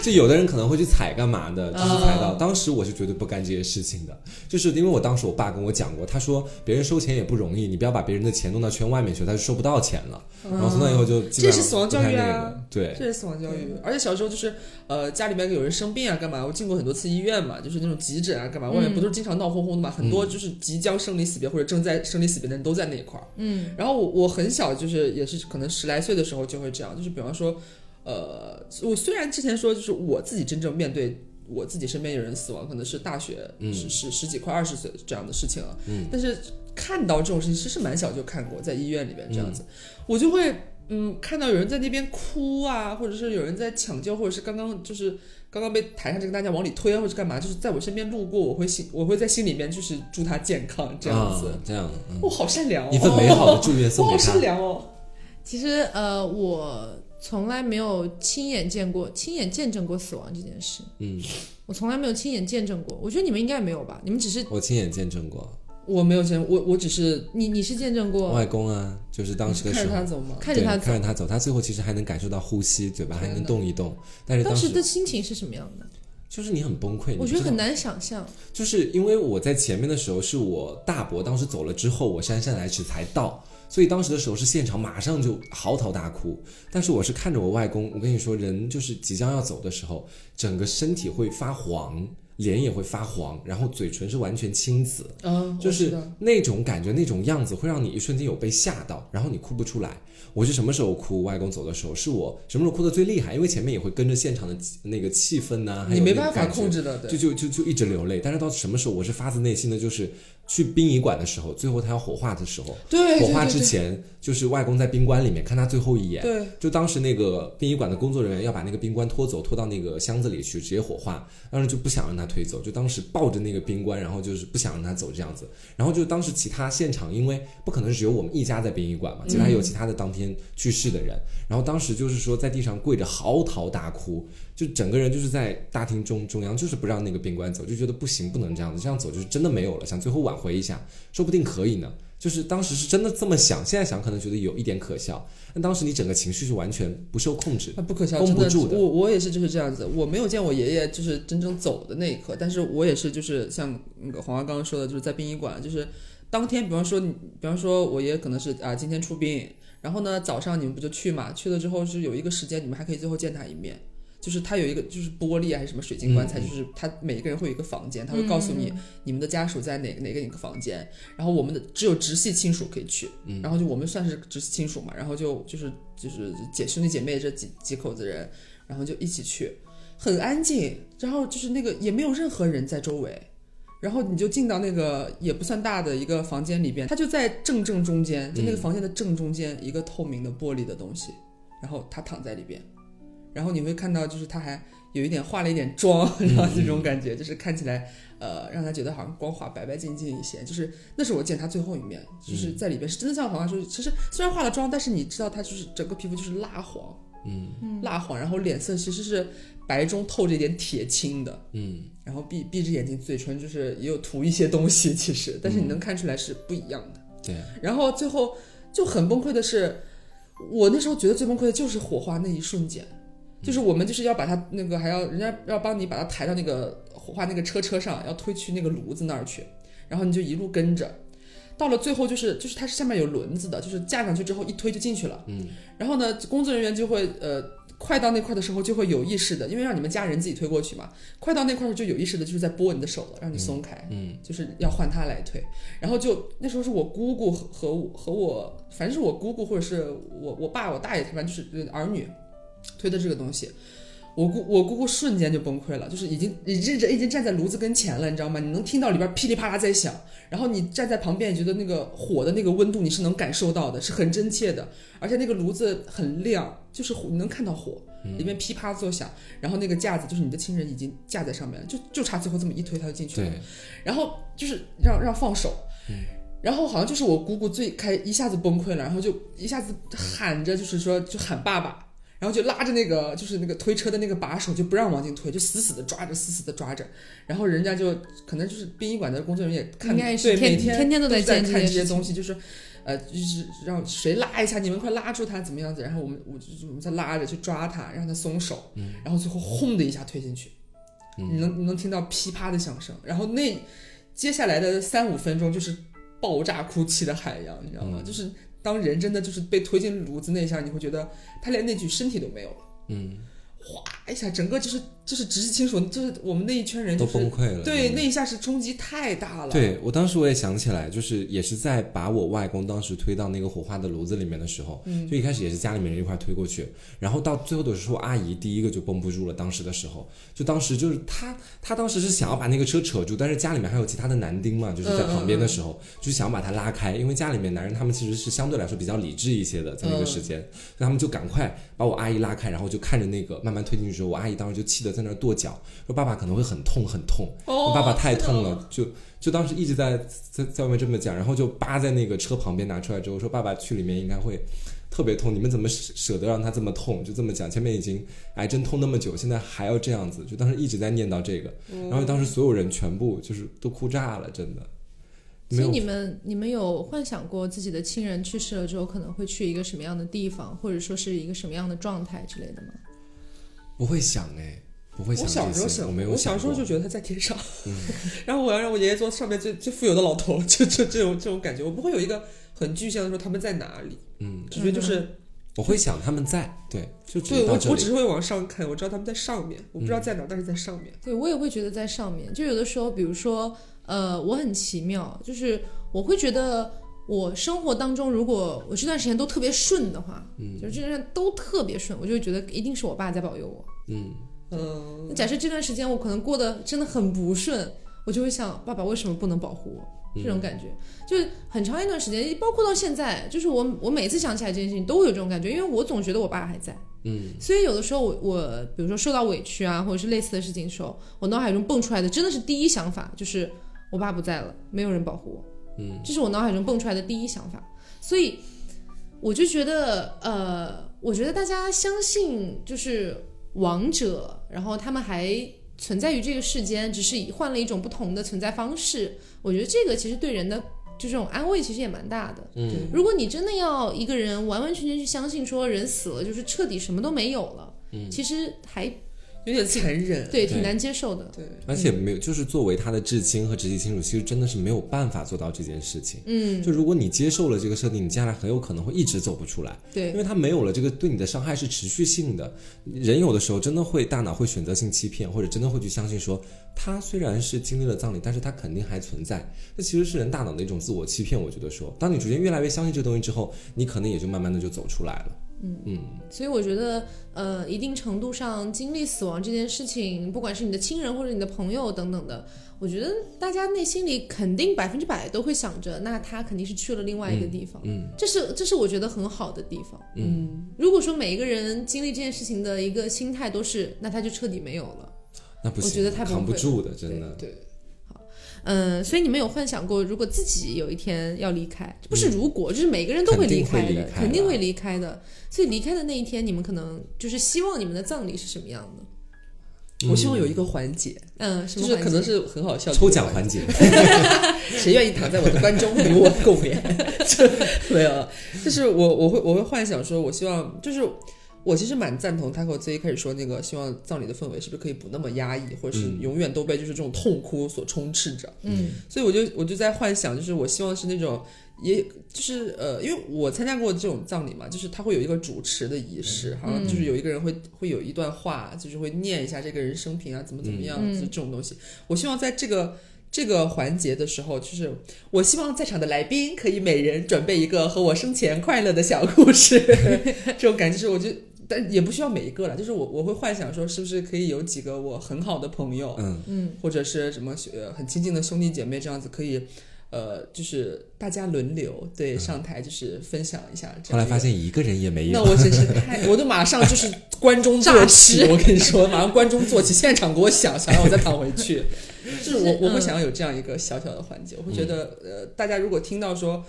Speaker 2: 就有的人可能会去踩干嘛的，就是踩
Speaker 3: 哦
Speaker 2: 到。当时我是绝对不干这些事情的，就是因为我当时我爸跟我讲过，他说别人收钱也不容易，你不要把别人的钱弄到圈外面去，他就收不到钱了。然后从那以后就基本上
Speaker 3: 哦这是死亡教育啊
Speaker 2: 不太那个对，
Speaker 3: 这是死亡教育。而且小时候就是呃家里面有人生病啊干嘛，我进过很多次医院嘛，就是那种急诊啊干嘛，外面不都是经常闹哄哄的嘛，很多
Speaker 2: 嗯
Speaker 3: 就是即将生离死别或者正在生离死别的人都在那一块儿。
Speaker 1: 嗯，
Speaker 3: 然后我我很小就是也是可能十来岁的时候就会这样，就是比方说，呃，我虽然之前说就是我自己真正面对我自己身边有人死亡，可能是大学
Speaker 2: 嗯
Speaker 3: 十十十几快二十岁这样的事情啊，
Speaker 2: 嗯嗯
Speaker 3: 但是看到这种事情其实蛮小就看过，在医院里面这样子，我就会嗯，看到有人在那边哭啊，或者是有人在抢救，或者是刚刚就是刚刚被抬上这个大家往里推啊，或者干嘛，就是在我身边路过，我会心我会在心里面就是祝他健康这样子。
Speaker 2: 啊、这样，嗯
Speaker 3: 我、好善良哦，
Speaker 2: 一份美好的祝愿
Speaker 3: 我
Speaker 2: 送给
Speaker 3: 好
Speaker 2: 他
Speaker 3: 善。良哦。
Speaker 1: 其实呃，我从来没有亲眼见过、亲眼见证过死亡这件事，
Speaker 2: 嗯，
Speaker 1: 我从来没有亲眼见证过。我觉得你们应该也没有吧？你们只是
Speaker 2: 我亲眼见证过，
Speaker 3: 我没有见，我我只是
Speaker 1: 你你是见证
Speaker 2: 我
Speaker 1: 过
Speaker 2: 外公啊，就是当时的
Speaker 3: 看
Speaker 2: 时
Speaker 3: 着
Speaker 2: 候
Speaker 3: 他走嘛。
Speaker 1: 看着
Speaker 2: 对
Speaker 1: 他
Speaker 2: 看
Speaker 1: 走，
Speaker 2: 着他走，他最后其实还能感受到呼吸，嘴巴还能
Speaker 3: 天哪
Speaker 2: 动一动，但是
Speaker 1: 当
Speaker 2: 时
Speaker 1: 时的心情是什么样的？
Speaker 2: 就是你很崩溃，你
Speaker 1: 我
Speaker 2: 不
Speaker 1: 觉得
Speaker 2: 知道
Speaker 1: 很难想象。
Speaker 2: 就是因为我在前面的时候，是我大伯当时走了之后，我姗姗来迟才到，所以当时的时候是现场马上就嚎啕大哭。但是我是看着我外公，我跟你说，人就是即将要走的时候，整个身体会发黄，脸也会发黄，然后嘴唇是完全青紫，
Speaker 3: 嗯，我
Speaker 2: 就
Speaker 3: 知
Speaker 2: 是
Speaker 3: 道
Speaker 2: 那种感觉，那种样子会让你一瞬间有被吓到，然后你哭不出来。我是什么时候哭？外公走的时候，是我什么时候哭的最厉害？因为前面也会跟着现场的那个气氛呐、还
Speaker 3: 你
Speaker 2: 有
Speaker 3: 没
Speaker 2: 那个
Speaker 3: 办法
Speaker 2: 感觉
Speaker 3: 控制的，对
Speaker 2: 就。就就就一直流泪，但是到什么时候，我是发自内心的，就是去殡仪馆的时候，最后他要火化的时候，
Speaker 3: 对，
Speaker 2: 火化
Speaker 3: 对
Speaker 2: 之，前，就是外公在宾馆里面看他最后一眼，
Speaker 3: 对对
Speaker 2: 就当时那个殡仪馆的工作人员要把那个冰棺拖走，拖到那个箱子里去直接火化，当时就不想让他推走，就当时抱着那个冰棺，然后就是不想让他走这样子。然后就当时其他现场，因为不可能只有我们一家在殡仪馆嘛，其他
Speaker 3: 嗯
Speaker 2: 有其他的当天去世的人。然后当时就是说在地上跪着嚎啕大哭，就整个人就是在大厅中中央，就是不让那个冰棺走，就觉得不行，不能这样子，这样走就是真的没有了，想最后挽回一下，说不定可以呢。就是当时是真的这么想，现在想可能觉得有一点可笑，但当时你整个情绪是完全不受控制的。
Speaker 3: 他啊不可笑，
Speaker 2: 绷
Speaker 3: 真
Speaker 2: 不
Speaker 3: 的，
Speaker 2: 住的
Speaker 3: 我我也是就是这样子，我没有见我爷爷就是真正走的那一刻，但是我也是就是像那个黄花刚刚说的，就是在殡仪馆，就是当天，比方说你，比方说我爷爷可能是啊今天出殡，然后呢早上你们不就去嘛，去了之后是有一个时间，你们还可以最后见他一面。就是他有一个，就是玻璃啊还是什么水晶棺
Speaker 2: 嗯
Speaker 3: 材，就是他每一个人会有一个房间，他会告诉你你们的家属在哪哪个哪个房间，然后我们的只有直系亲属可以去，然后就我们算是直系亲属嘛，然后就就是就是姐兄弟姐妹这几几口子人，然后就一起去，很安静，然后就是那个也没有任何人在周围，然后你就进到那个也不算大的一个房间里边，它就在正正中间，就那个房间的正中间一个透明的玻璃的东西，然后他躺在里边，然后你会看到就是他还有一点化了一点妆， 然后这种感觉就是看起来呃让他觉得好像光滑白白净净一些，就是那是我见他最后一面，就是在里边是真的像黄花说，其实虽然化了妆，但是你知道他就是整个皮肤就是蜡黄，嗯，蜡黄，然后脸色其实是白中透着一点铁青的，
Speaker 2: 嗯，
Speaker 3: 然后闭闭着眼睛，嘴唇就是也有涂一些东西，其实，但是你能看出来是不一样的。
Speaker 2: 对，
Speaker 3: 然后最后就很崩溃的是，我那时候觉得最崩溃的就是火化那一瞬间，就是我们就是要把他那个还要人家要帮你把他抬到那个火化那个车车上，要推去那个炉子那儿去，然后你就一路跟着。到了最后就是就是它是下面有轮子的，就是架上去之后一推就进去了。
Speaker 2: 嗯，
Speaker 3: 然后呢，工作人员就会呃快到那块儿的时候就会有意识的，因为让你们家人自己推过去嘛。快到那块儿就有意识的就是在拨你的手了，让你松开。
Speaker 2: 嗯，
Speaker 3: 就是要换他来推。然后就那时候是我姑姑和和我和我，反正是我姑姑或者是我我爸我大爷，反正就是呃儿女推的这个东西。我姑我姑姑瞬间就崩溃了，就是已经已经已经站在炉子跟前了，你知道吗？你能听到里边噼里啪啦在响，然后你站在旁边，你觉得那个火的那个温度你是能感受到的，是很真切的，而且那个炉子很亮，就是火你能看到火里面噼啪作响，然后那个架子就是你的亲人已经架在上面了，就就差最后这么一推他就进去了
Speaker 2: 对。，
Speaker 3: 然后就是让让放手，然后好像就是我姑姑最开一下子崩溃了，然后就一下子喊着，就是说就喊爸爸，然后就拉着那个就是那个推车的那个把手就不让往进推，就死死的抓着，死死的抓着，然后人家就可能就是殡仪馆的工作人员也看
Speaker 1: 应该
Speaker 3: 对
Speaker 1: 是天
Speaker 3: 每
Speaker 1: 天天都
Speaker 3: 都
Speaker 1: 在
Speaker 3: 在
Speaker 1: 见这
Speaker 3: 看这
Speaker 1: 件
Speaker 3: 些
Speaker 1: 事
Speaker 3: 东西，就是。呃，就是让谁拉一下，你们快拉住他，怎么样子？然后我们，我就我们再拉着去抓他，让他松手，然后最后轰的一下推进去，你能你能听到噼啪的响声，然后那接下来的三五分钟就是爆炸哭泣的海洋，你知道
Speaker 2: 嗯
Speaker 3: 吗？就是当人真的就是被推进炉子那一下，你会觉得他连那具身体都没有了，哎
Speaker 2: 嗯，
Speaker 3: 哗一下，整个就是就是直系亲属，就是我们那一圈人、
Speaker 2: 都
Speaker 3: 就是、
Speaker 2: 崩溃了。
Speaker 3: 对，
Speaker 2: 嗯
Speaker 3: 那一下是冲击太大了。
Speaker 2: 对我当时我也想起来，就是也是在把我外公当时推到那个火化的炉子里面的时候，就一开始也是家里面人一块推过去，然后到最后的时候，阿姨第一个就绷不住了。当时的时候，就当时就是她，她当时是想要把那个车扯住，但是家里面还有其他的男丁嘛，就是在旁边的时候，就想要把她拉开，因为家里面男人他们其实是相对来说比较理智一些的，在那个时间，所以他们就赶快把我阿姨拉开，然后就看着那个慢慢推进去之后，我阿姨当时就气得在那儿跺脚，说爸爸可能会很痛很痛，
Speaker 3: 哦
Speaker 2: 爸爸太痛了，就就当时一直在在在外面这么讲，然后就扒在那个车旁边拿出来之后说：“爸爸去里面应该会特别痛，你们怎么舍舍得让他这么痛？就这么讲，前面已经癌症痛那么久，现在还要这样子。”就当时一直在念叨这个，
Speaker 3: 嗯
Speaker 2: 然后当时所有人全部就是都哭炸了，真的。没
Speaker 1: 所以
Speaker 2: 有
Speaker 1: 你们你们有幻想过自己的亲人去世了之后可能会去一个什么样的地方，或者说是一个什么样的状态之类的吗？
Speaker 2: 不会想哎，不会
Speaker 3: 我
Speaker 2: 想
Speaker 3: 小时候
Speaker 2: 这些，
Speaker 3: 想，
Speaker 2: 我没有
Speaker 3: 我
Speaker 2: 想
Speaker 3: 小时候
Speaker 2: 过嗯
Speaker 3: 就觉得他在天上， 然后我要让我爷爷做上面最最富有的老头，就这这种这种感觉，我不会有一个很具象的说他们在哪里，
Speaker 2: 嗯，
Speaker 3: 只觉得就是、
Speaker 2: 我会想他们在，对，就只
Speaker 3: 对
Speaker 2: 是
Speaker 3: 我
Speaker 2: 到这
Speaker 3: 我
Speaker 2: 里嗯
Speaker 3: 只是会往上看，我知道他们在上面，我不知道在哪，但是在上面。
Speaker 1: 对我也会觉得在上面，就有的时候，比如说，呃，我很奇妙，就是我会觉得我生活当中，如果我这段时间都特别顺的话，嗯，就是这段时间都特别顺，我就会觉得一定是我爸在保佑我。
Speaker 2: 嗯，
Speaker 3: 嗯，
Speaker 1: 那假设这段时间我可能过得真的很不顺，我就会想，爸爸为什么不能保护我？
Speaker 2: 嗯
Speaker 1: 这种感觉，就是很长一段时间，包括到现在，就是我我每次想起来这件事情都会有这种感觉，因为我总觉得我爸还在，
Speaker 2: 嗯，
Speaker 1: 所以有的时候我我比如说受到委屈啊，或者是类似的事情的时候，我脑海中蹦出来的真的是第一想法就是我爸不在了，没有人保护我，
Speaker 2: 嗯，
Speaker 1: 这是我脑海中蹦出来的第一想法，所以我就觉得呃，我觉得大家相信就是王者，然后他们还存在于这个世间，只是以换了一种不同的存在方式，我觉得这个其实对人的。就这种安慰其实也蛮大的，
Speaker 2: 嗯，
Speaker 1: 如果你真的要一个人完完全全去相信说人死了就是彻底什么都没有了，嗯，其实还
Speaker 3: 有点残忍。啊
Speaker 1: 对挺难接受的，
Speaker 3: 对，
Speaker 2: 而且没有，就是作为他的至亲和直系亲属，其实真的是没有办法做到这件事情。
Speaker 1: 嗯，
Speaker 2: 就如果你接受了这个设定，你将来很有可能会一直走不出来，因
Speaker 1: 对
Speaker 2: 为他没有了这个对你的伤害是持续性的。人有的时候真的会大脑会选择性欺骗，或者真的会去相信说，他虽然是经历了葬礼，但是他肯定还存在。这其实是人大脑的一种自我欺骗。我觉得说，当你逐渐越来越相信这东西之后，你可能也就慢慢的就走出来了。
Speaker 1: 所以我觉得呃，一定程度上经历死亡这件事情，不管是你的亲人或者你的朋友等等的，我觉得大家内心里肯定百分之百都会想着，那他肯定是去了另外一个地方，
Speaker 2: 嗯，
Speaker 1: 这是这是我觉得很好的地方。
Speaker 3: 嗯，
Speaker 1: 如果说每一个人经历这件事情的一个心态都是，那他就彻底没有了。
Speaker 2: 那不行，
Speaker 1: 我觉得太崩溃
Speaker 2: 扛不
Speaker 1: 了
Speaker 2: 住的，真的。
Speaker 3: 对，
Speaker 1: 嗯，所以你们有幻想过，如果自己有一天要离开，不是如果，就是每个人都会离开的，肯
Speaker 2: 肯
Speaker 1: 定
Speaker 2: 定
Speaker 1: 会
Speaker 2: 会
Speaker 1: 离开的。所以离开的那一天，你们可能就是希望你们的葬礼是什么样的？
Speaker 3: 我希望有一个环节，
Speaker 1: 嗯，什
Speaker 3: 就
Speaker 1: 么
Speaker 3: 是
Speaker 1: 环
Speaker 3: 可能
Speaker 1: 节
Speaker 3: 是很好笑的
Speaker 2: 抽奖
Speaker 3: 环节
Speaker 2: 环节，
Speaker 3: 谁愿意躺在我的棺中与我共眠？就没有了， 就是我我会我会幻想说，我希望就是我其实蛮赞同 Taco 最一开始说那个，希望葬礼的氛围是不是可以不那么压抑，或者是
Speaker 2: 嗯
Speaker 3: 永远都被就是这种痛哭所充斥着。
Speaker 1: 嗯
Speaker 3: 所以我就我就在幻想，就是我希望是那种，也就是呃，因为我参加过这种葬礼嘛，就是他会有一个主持的仪式，好像就是有一个人会会有一段话，就是会念一下这个人生平啊，怎么怎么样，
Speaker 1: 嗯
Speaker 3: 就这种东西。我希望在这个。这个环节的时候，就是我希望在场的来宾可以每人准备一个和我生前快乐的小故事， 这种感觉就是我就，但也不需要每一个了，就是我我会幻想说，是不是可以有几个我很好的朋 友，
Speaker 2: 嗯，
Speaker 1: 嗯
Speaker 3: 或者是什么呃很亲近的兄弟姐妹这样子可以。呃，就是大家轮流对上台，就是分享一下。这
Speaker 2: 嗯后来
Speaker 3: 个
Speaker 2: 发，现一个人也没有
Speaker 3: 那。我真是太，我就马上就是关中坐
Speaker 1: 诈
Speaker 3: 起。我跟你说，马上关中坐起，现场给我想，想让我再躺回去。就是我
Speaker 1: 嗯
Speaker 3: 我会想要有这样一个小小的环节，我
Speaker 2: 嗯
Speaker 3: 会觉得呃，大家如果听到说。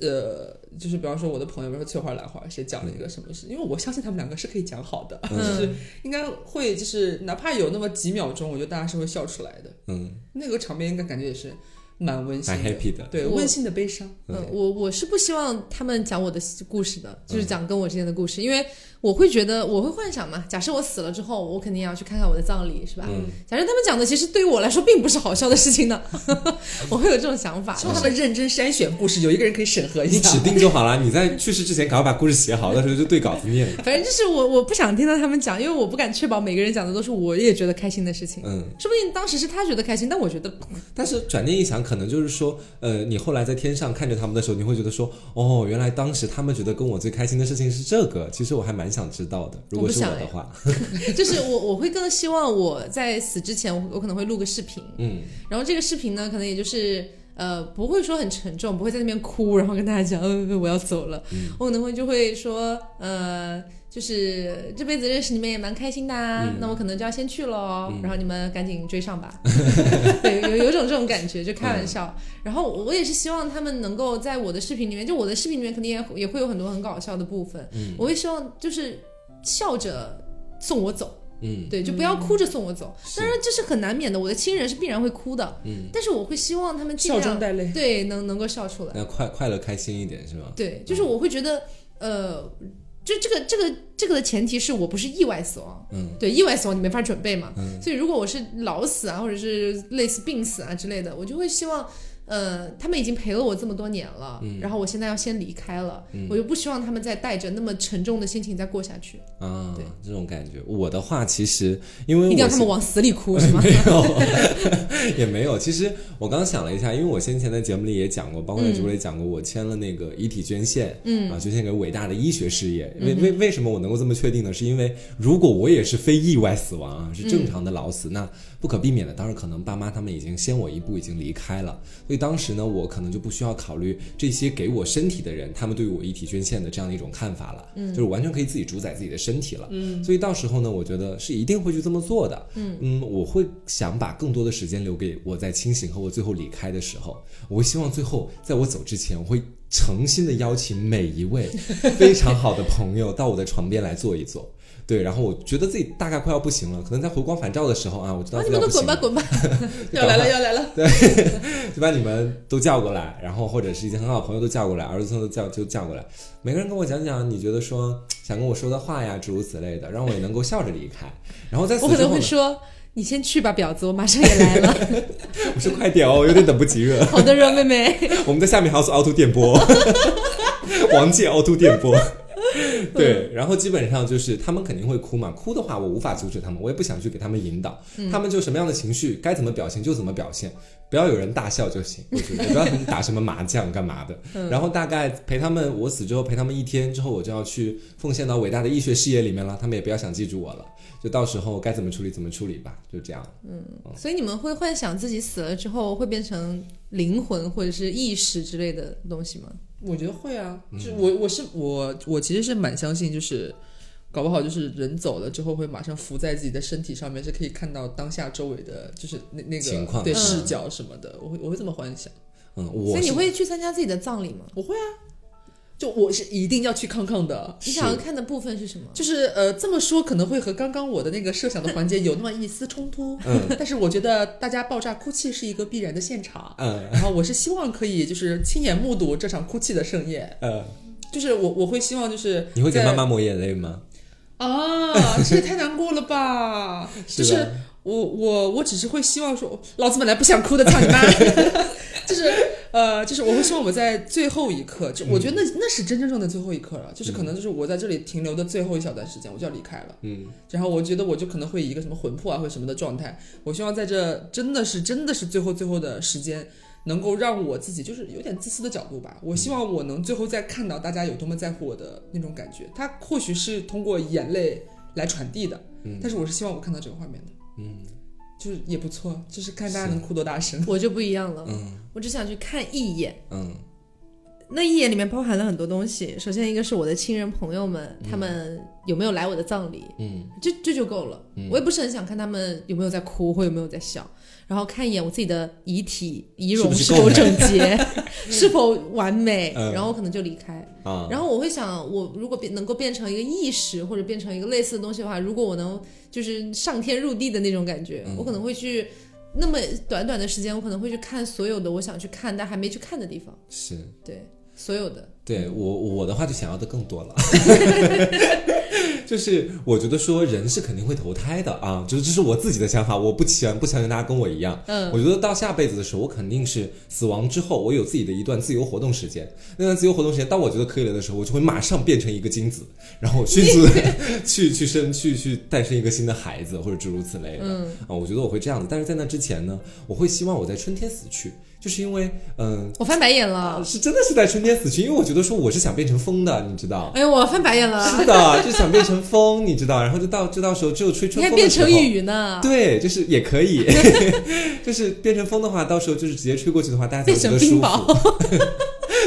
Speaker 3: 呃，就是比方说我的朋友，比如说翠花、兰花，谁讲了一
Speaker 2: 嗯
Speaker 3: 个什么事？因为我相信他们两个是可以讲好的， 就是
Speaker 1: 嗯，
Speaker 3: 应该会，就是哪怕有那么几秒钟，我觉得大家是会笑出来的。
Speaker 2: 嗯，
Speaker 3: 那个场面应该感觉也是蛮温馨
Speaker 2: 蛮
Speaker 3: 的，
Speaker 2: happy 的。
Speaker 3: 对，
Speaker 1: 我
Speaker 3: 温馨的悲伤。嗯
Speaker 1: 嗯，我我是不希望他们讲我的故事的，就是讲跟我之间的故事，因为我会觉得我会幻想嘛，假设我死了之后，我肯定要去看看我的葬礼，是吧？
Speaker 2: 嗯
Speaker 1: 假设他们讲的其实对于我来说并不是好笑的事情呢， 我会有这种想
Speaker 2: 啊
Speaker 1: 法。
Speaker 3: 希望他们认真筛选故事，有一个人可以审核一
Speaker 2: 你
Speaker 3: 下
Speaker 2: 指。定就好了。你在去世之前赶快把故事写好，到时候就对稿子念。
Speaker 1: 反正就是我我不想听到他们讲，因为我不敢确保每个人讲的都是我也觉得开心的事情。
Speaker 2: 嗯，
Speaker 1: 说不定当时是他觉得开心，但我觉得
Speaker 2: 但是转念一想，可能就是说，呃，你后来在天上看着他们的时候，你会觉得说，哦，原来当时他们觉得跟我最开心的事情是这个。其实我还蛮想知道的，如果是我
Speaker 1: 哎
Speaker 2: 的话，
Speaker 1: 就是我我会更希望我在死之前，我我可能会录个视频，
Speaker 2: 嗯，
Speaker 1: 然后这个视频呢，可能也就是呃不会说很沉重，不会在那边哭，然后跟大家讲，呃我要走了，我可能会就会说，呃，就是这辈子认识你们也蛮开心的、啊，
Speaker 2: 嗯
Speaker 1: 那我可能就要先去喽，然后你们赶紧追上 吧，对，有有种这种感觉，就开
Speaker 2: 嗯
Speaker 1: 玩笑。然后我也是希望他们能够在我的视频里面，就我的视频里面肯定也也会有很多很搞笑的部分，
Speaker 2: 嗯
Speaker 1: 我会希望就是笑着送我走。
Speaker 2: 嗯，
Speaker 1: 对，就不要哭着送我走。
Speaker 2: 是
Speaker 1: 当然这是很难免的，我的亲人是必然会哭的，
Speaker 2: 嗯，
Speaker 1: 但是我会希望他们尽
Speaker 3: 笑中
Speaker 1: 量
Speaker 3: 带泪，
Speaker 1: 对能能够笑出来。
Speaker 2: 那快快乐开心一点是吗？
Speaker 1: 对，就是我会觉得，呃，就这个这个这个的前提是我不是意外死亡，
Speaker 2: 嗯，
Speaker 1: 对，意外死亡你没法准备嘛，
Speaker 2: 嗯
Speaker 1: 所以如果我是老死啊，或者是类似病死啊之类的，我就会希望。呃，他们已经陪了我这么多年了，
Speaker 2: 嗯
Speaker 1: 然后我现在要先离开了，我就不希望他们再带着那么沉重的心情再过下去，
Speaker 2: 啊
Speaker 1: 对，
Speaker 2: 这种感觉。我的话，其实因为
Speaker 1: 一定要
Speaker 2: 我
Speaker 1: 他
Speaker 2: 是
Speaker 1: 们往死里哭是吗？
Speaker 2: 没有，也没有。其 实我刚想了一下，因为我先前在节目里也讲过，包括在直播里讲过，我签了那个遗体捐献，嗯啊，捐献给伟大的医学事业。为为为什么我能够这么确定呢？是因为如果我也是非意外死亡啊，是正常的老死，那不可避免的，当然可能爸妈他们已经先我一步已经离开了，所以当时呢，我可能就不需要考虑这些给我身体的人他们对于我遗体捐献的这样的一种看法了，嗯，就是完全可以自己主宰自己的身体了，嗯，所以到时候呢，我觉得是一定会去这么做的，嗯我会想把更多的时间留给我在清醒和我最后离开的时候，我会希望最后在我走之前，我会诚心的邀请每一 位非常好的朋友到我的床边来坐一坐。对，然后我觉得自己大概快要不行了，可能在回光返照的时候啊，我知道
Speaker 1: 啊，
Speaker 2: 自
Speaker 1: 你
Speaker 2: 己
Speaker 1: 们
Speaker 2: 要
Speaker 1: 都
Speaker 2: 不行
Speaker 1: 滚吧
Speaker 2: 了，
Speaker 1: 滚吧！
Speaker 3: 要来了要来了，
Speaker 2: 就把你们都叫过来，然后或者是一些很好的朋友都叫过来，儿子都叫就叫过来，每个人跟我讲讲你觉得说想跟我说的话呀，诸如此类的，让我也能够笑着离开。然后在
Speaker 1: 我
Speaker 2: 此
Speaker 1: 可
Speaker 2: 之
Speaker 1: 能
Speaker 2: 后
Speaker 1: 会
Speaker 2: 呢，
Speaker 1: 说：“你先去吧，婊子，我马上也来了。。
Speaker 2: 我说快点哦，有点等不及了
Speaker 1: 好的，热妹妹。
Speaker 2: 我们在下面还要做凹凸电波， 王界凹凸电 波。对，然后基本上就是他们肯定会哭嘛，哭的话我无法阻止他们，我也不想去给他们引导，
Speaker 1: 嗯
Speaker 2: 他们就什么样的情绪该怎么表现就怎么表现，不要有人大笑就行，我 觉得不要你打什么麻将干嘛的。
Speaker 1: 嗯
Speaker 2: 然后大概陪他们，我死之后陪他们一天之后，我就要去奉献到伟大的医学事业里面了，他们也不要想记住我了，就到时候该怎么处理怎么处理吧，就这样。”嗯
Speaker 1: 所以你们会幻想自己死了之后会变成灵魂或者是意识之类的东西吗？
Speaker 3: 我觉得会啊，就我我是
Speaker 2: 嗯
Speaker 3: 我我其实是蛮相信，就是搞不好就是人走了之后会马上浮在自己的身体上面，是可以看到当下周围的，就是那那个
Speaker 2: 情况
Speaker 3: 对
Speaker 2: 嗯
Speaker 3: 视角什么的，我会我会这么幻想，
Speaker 2: 嗯，我
Speaker 1: 所以你
Speaker 2: 是
Speaker 1: 会去参加自己的葬礼吗？
Speaker 3: 我会啊，就我是一定要去康康的。
Speaker 1: 你想要看的部分是什么？
Speaker 3: 就是呃，这么说可能会和刚刚我的那个设想的环节有那么一丝冲突，
Speaker 2: 嗯
Speaker 3: 但是我觉得大家爆炸哭泣是一个必然的现场，
Speaker 2: 嗯
Speaker 3: 然后我是希望可以就是亲眼目睹这场哭泣的盛宴，
Speaker 2: 呃，
Speaker 3: 就是我我会希望就是
Speaker 2: 你会给
Speaker 3: 在
Speaker 2: 妈妈抹眼泪吗？
Speaker 3: 啊，这也太难过 了吧！
Speaker 2: 是
Speaker 3: 就
Speaker 2: 吧
Speaker 3: 是我我我只是会希望说，老子本来不想哭的，操你妈！ 就是呃，就是我会希望我在最后一刻，就我觉
Speaker 2: 嗯
Speaker 3: 得那、那是真真正的最后一刻了，就是可能就是我在这里停留的最后一小段时间，我就要离开了。
Speaker 2: 嗯，
Speaker 3: 然后我觉得我就可能会以一个什么魂魄啊或者什么的状态，我希望在这真的是真的是最后最后的时间。能够让我自己就是有点自私的角度吧，我希望我能最后再看到大家有多么在乎我的那种感觉，它或许是通过眼泪来传递的，
Speaker 2: 嗯
Speaker 3: 但是我是希望我看到这个画面的，
Speaker 2: 嗯
Speaker 3: 就是也不错，就是看大家
Speaker 2: 是
Speaker 3: 能哭多大声。
Speaker 1: 我就不一样了，
Speaker 2: 嗯
Speaker 1: 我只想去看一眼。
Speaker 2: 嗯
Speaker 1: 那一眼里面包含了很多东西。首先一个是我的亲人朋友们，他们有没有来我的葬礼，
Speaker 2: 嗯
Speaker 1: 这这就够了。我也不是很想看他们有没有在哭或有没有在笑，然后看一眼我自己的遗体仪容
Speaker 2: 是
Speaker 1: 是
Speaker 2: 不
Speaker 1: 否
Speaker 2: 是够
Speaker 1: 整洁， 是否完美，
Speaker 2: 嗯
Speaker 1: 然后我可能就离开。
Speaker 2: 啊，
Speaker 1: 然后我会想，我如果变能够变成一个意识或者变成一个类似的东西的话，如果我能就是上天入地的那种感觉，
Speaker 2: 嗯
Speaker 1: 我可能会去。那么短短的时间，我可能会去看所有的我想去看但还没去看的地方，
Speaker 2: 是
Speaker 1: 对，所有的。
Speaker 2: 对我我的话就想要的更多了，就是我觉得说人是肯定会投胎的啊，就是这是我自己的想法，我不强不强求大家跟我一样。
Speaker 1: 嗯，
Speaker 2: 我觉得到下辈子的时候，我肯定是死亡之后，我有自己的一段自由活动时间。那段自由活动时间，当我觉得可以了的时候，我就会马上变成一个精子，然后迅速的 去去生去去诞生一个新的孩子，或者诸如此类的。
Speaker 1: 嗯
Speaker 2: 啊，我觉得我会这样子，但是在那之前呢，我会希望我在春天死去，就是因为嗯。
Speaker 1: 我翻白眼了，
Speaker 2: 是真的是在春天死去，因为我觉得说我是想变成风的，你 知道，
Speaker 1: 哎呦，我翻白眼了，
Speaker 2: 是的，就想变成风，你知道，然后就到就到时候只有吹
Speaker 1: 你
Speaker 2: 春
Speaker 1: 还
Speaker 2: 风
Speaker 1: 变
Speaker 2: 的时候
Speaker 1: 成，雨啊呢，
Speaker 2: 对，就是也 可以，就是变成风的话，到时候就是直接吹过去的话，大家才
Speaker 1: 变
Speaker 2: 会觉
Speaker 1: 成
Speaker 2: 得
Speaker 1: 冰
Speaker 2: 舒
Speaker 1: 雹
Speaker 2: 服。。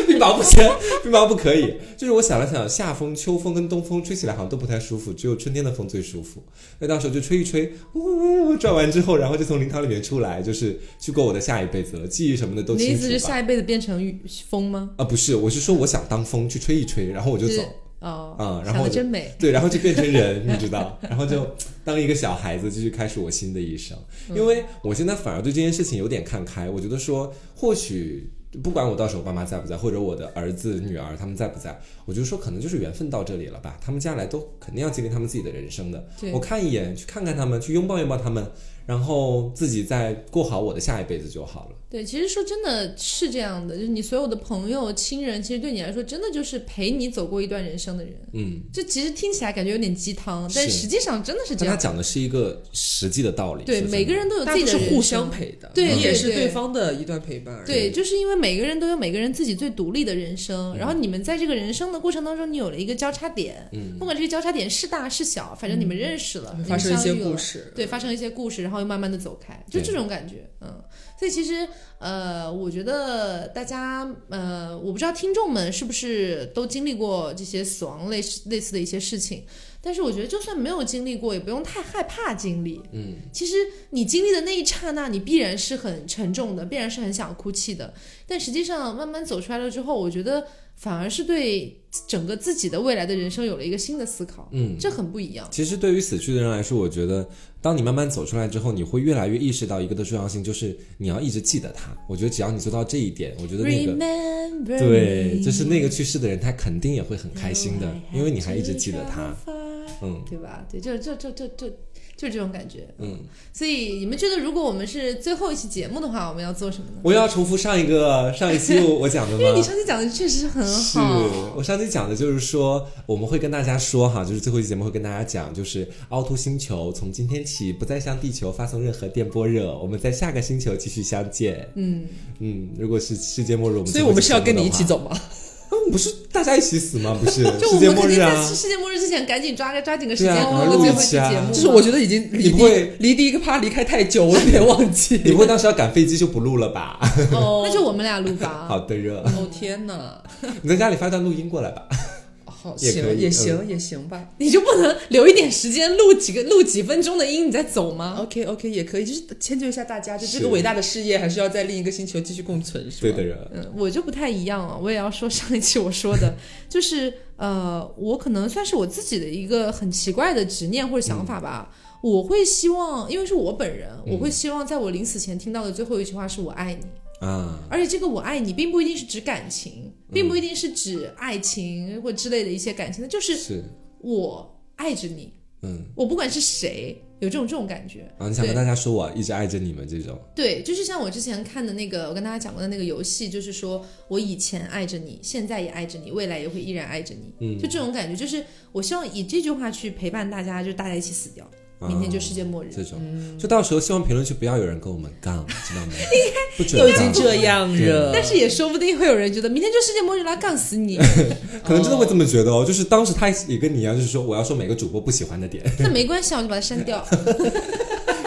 Speaker 2: 冰雹不行， 冰雹不可以。就是我想了想，夏风、秋风跟东风吹起来好像都不太舒服，只有春天的风最舒服。那到时候就吹一吹，呜呜呜，转完之后，然后就从灵堂里面出来，就是去过我的下一辈子了，记忆什么的都
Speaker 1: 你的
Speaker 2: 清
Speaker 1: 意
Speaker 2: 楚
Speaker 1: 思是
Speaker 2: 吧。
Speaker 1: 下一辈子变成雨风吗？
Speaker 2: 啊，不是，我是说我想当风去吹一吹，然后我就走
Speaker 1: 是。哦，
Speaker 2: 嗯然后
Speaker 1: 想
Speaker 2: 我
Speaker 1: 的
Speaker 2: 就
Speaker 1: 真美。
Speaker 2: 对，然后就变成人，你知道，然后就当一个小孩子，继续开始我新的一生。
Speaker 1: 嗯
Speaker 2: 因为我现在反而对这件事情有点看开，我觉得说，或许不管我到时候爸妈在不在，或者我的儿子女儿他们在不在，我就说可能就是缘分到这里了吧，他们将来都肯定要经历他们自己的人生的
Speaker 1: 对。
Speaker 2: 我看一眼，去看看他们，去拥抱拥抱他们，然后自己再过好我的下一辈子就好了。
Speaker 1: 对，其实说真的是这样的，就是你所有的朋友、亲人，其实对你来说，真的就是陪你走过一段人生的人。
Speaker 2: 嗯，
Speaker 1: 这其实听起来感觉有点鸡汤，但
Speaker 2: 是
Speaker 1: 实际上真的是这
Speaker 2: 但他
Speaker 1: 样。
Speaker 2: 讲的是一个实际的道理。
Speaker 1: 对，
Speaker 2: 说真
Speaker 1: 每个
Speaker 2: 的
Speaker 1: 人都有
Speaker 3: 大
Speaker 1: 自
Speaker 3: 家
Speaker 1: 己
Speaker 3: 都
Speaker 1: 的
Speaker 3: 是
Speaker 1: 人
Speaker 3: 互
Speaker 1: 生
Speaker 3: 相陪的，
Speaker 1: 对
Speaker 3: 你
Speaker 1: 对
Speaker 3: 也是
Speaker 1: 对
Speaker 3: 对方的一段陪伴而已。
Speaker 1: 对，就是因为每个人都有每个人自己最独立的人生，然后你们在这个人生的过程当中，你有了一个交叉点，
Speaker 2: 嗯
Speaker 1: 不管这个交叉点是大是小，反
Speaker 3: 嗯
Speaker 1: 正你们认识了，你们
Speaker 3: 发生一些
Speaker 1: 相遇了
Speaker 3: 故事，
Speaker 1: 对，发生一些故事，然后又慢慢的走开，就
Speaker 2: 对
Speaker 1: 这种感觉，嗯，所以其实呃，我觉得大家呃，我不知道听众们是不是都经历过这些死亡类似类似的一些事情，但是我觉得就算没有经历过，也不用太害怕经历，
Speaker 2: 嗯，
Speaker 1: 其实你经历的那一刹那，你必然是很沉重的，必然是很想哭泣的，但实际上慢慢走出来了之后，我觉得反而是对整个自己的未来的人生有了一个新的思考，
Speaker 2: 嗯
Speaker 1: 这很不一样。
Speaker 2: 其实对于死去的人来说，我觉得，当你慢慢走出来之后，你会越来越意识到一个的重要性，就是你要一直记得他。我觉得只要你做到这一点，我觉得那个
Speaker 1: Remember
Speaker 2: 对，
Speaker 1: me
Speaker 2: 就是那个去世的人，他肯定也会很开心
Speaker 1: Oh,
Speaker 2: 的，因为你还一直记得他。，嗯
Speaker 1: 对吧？对，就就就就就就这种感觉。
Speaker 2: 嗯，
Speaker 1: 所以你们觉得，如果我们是最后一期节目的话，我们要做什么呢？
Speaker 2: 我又要重复上一个上一期我我讲的
Speaker 1: 因为你
Speaker 2: 吗？
Speaker 1: 上次讲的确实很
Speaker 2: 是
Speaker 1: 嗯好，
Speaker 2: 我上期讲的就是说，我们会跟大家说哈，就是最后一期节目会跟大家讲，就是凹凸星球从今天起不再向地球发送任何电波热，我们在下个星球继续相见。
Speaker 1: 嗯，
Speaker 2: 嗯，如果是世界末日，我们
Speaker 3: 所以我们是要跟你一起
Speaker 2: 走，
Speaker 3: 走吗？
Speaker 2: 嗯不是大家一起死吗？不是
Speaker 1: 就
Speaker 2: 世
Speaker 1: 我
Speaker 2: 界
Speaker 1: 们
Speaker 2: 末
Speaker 1: 肯定
Speaker 2: 日
Speaker 1: 在
Speaker 2: 啊，
Speaker 1: 世界末日之前赶紧抓个抓紧个时
Speaker 2: 对啊
Speaker 1: 间
Speaker 2: 赶
Speaker 1: 录
Speaker 2: 快
Speaker 1: 个
Speaker 2: 录
Speaker 1: 最
Speaker 2: 一
Speaker 1: 后一期
Speaker 2: 期啊
Speaker 1: 节目吧。
Speaker 3: 就是我觉得已经离
Speaker 2: 你不会
Speaker 3: 第离第一个趴离开太久，我有点忘记。
Speaker 2: 你不会当时要赶飞机就不录了吧？
Speaker 3: 哦
Speaker 1: 那就我们俩录
Speaker 2: 好
Speaker 1: 吧。
Speaker 2: 的热，
Speaker 3: 哦天哪，
Speaker 2: 你在家里发段录音过来吧。
Speaker 3: 好
Speaker 2: 也可
Speaker 3: 行
Speaker 2: 以
Speaker 3: 也
Speaker 2: 嗯
Speaker 3: 行也行吧。
Speaker 1: 你就不能留一点时间录几个录几分钟的音，你再走吗？
Speaker 3: OK OK 也可以，就是迁就一下大家，就这
Speaker 2: 是
Speaker 3: 个伟大的事业还是要在另一个星球继续共存，是
Speaker 2: 对
Speaker 3: 吧？
Speaker 2: 的热，
Speaker 1: 嗯，我就不太一样了，我也要说上一期我说的，就是呃，我可能算是我自己的一个很奇怪的执念或者想法吧。我会希望，因为是我本人，我会希望在我临死前听到的最后一句话是我爱你，
Speaker 2: 啊，
Speaker 1: 而且这个我爱你并不一定是指感情，并不一定是指爱情或之类的一些感情，那就是
Speaker 2: 是，
Speaker 1: 我爱着你，
Speaker 2: 嗯，
Speaker 1: 我不管是谁，有这种这种感觉。
Speaker 2: 啊，你想跟大家说我一直爱着你们这种，
Speaker 1: 对，就是像我之前看的那个，我跟大家讲过的那个游戏，就是说我以前爱着你，现在也爱着你，未来也会依然爱着你，
Speaker 2: 嗯
Speaker 1: 就这种感觉，就是我希望以这句话去陪伴大家，就大家一起死掉，
Speaker 2: 啊
Speaker 1: 明天就世界末日。
Speaker 2: 这种，
Speaker 3: 嗯
Speaker 2: 就到时候希望评论区不要有人跟我们杠，知 道吗？不准
Speaker 3: 都已经
Speaker 2: 杠
Speaker 3: 这样了，
Speaker 1: 但是也说不定会有人觉得明天就世界末日了，杠死你！
Speaker 2: 可能真的会这么觉得哦。就是当时他也跟你一样，就是说我要说每个主播不喜欢的 点，
Speaker 1: 那没关系，啊，我就把它删掉。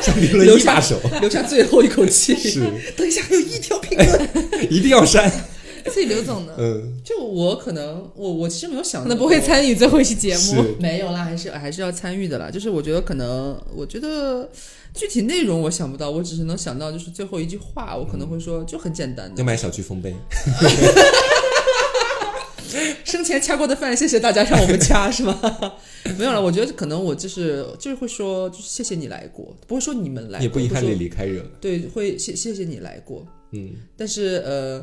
Speaker 2: 像评论
Speaker 3: 留
Speaker 2: 一
Speaker 3: 下
Speaker 2: 把手，
Speaker 3: 留下最后一口气。
Speaker 2: 是
Speaker 3: 等一下还有一条评论，
Speaker 2: 一定要 删，
Speaker 1: 所以刘总呢，
Speaker 2: 嗯，
Speaker 3: 就我可能我我其实没有想
Speaker 1: 可
Speaker 3: 那
Speaker 1: 能
Speaker 3: 么
Speaker 1: 不会
Speaker 3: 多
Speaker 1: 参与最后一期节目。
Speaker 2: 是，
Speaker 3: 没有啦，还是还是要参与的啦。就是我觉得可能，我觉得具体内容我想不到，我只是能想到就是最后一句话，我可能会说就很简单的
Speaker 2: 要，买小区丰碑。
Speaker 3: 生前掐过的饭，谢谢大家让我们掐，是吗？ 没有了，我觉得可能我就是就是会说，就是谢谢你来过，不会说你们来过，
Speaker 2: 也不遗憾
Speaker 3: 会
Speaker 2: 你
Speaker 3: 说
Speaker 2: 离开热，
Speaker 3: 对，会谢谢谢你来过，
Speaker 2: 嗯，
Speaker 3: 但是呃，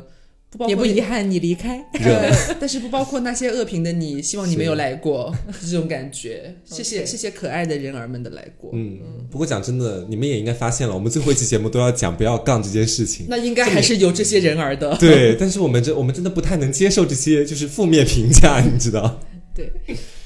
Speaker 3: 不包括
Speaker 1: 也不遗憾你离开。
Speaker 2: 热的
Speaker 3: 对， 但是不包括那些恶评的你，希望你没有来 过这种感觉。谢谢
Speaker 1: OK
Speaker 3: 谢谢可爱的人儿们的来过，
Speaker 2: 嗯，不过讲真的，你们也应该发现了，我们最后一期节目都要讲不要杠这件事情。
Speaker 3: 那应该还是有这些人儿的。
Speaker 2: 对，但是我们这我们真的不太能接受这些就是负面评价，你知 道？
Speaker 1: 对，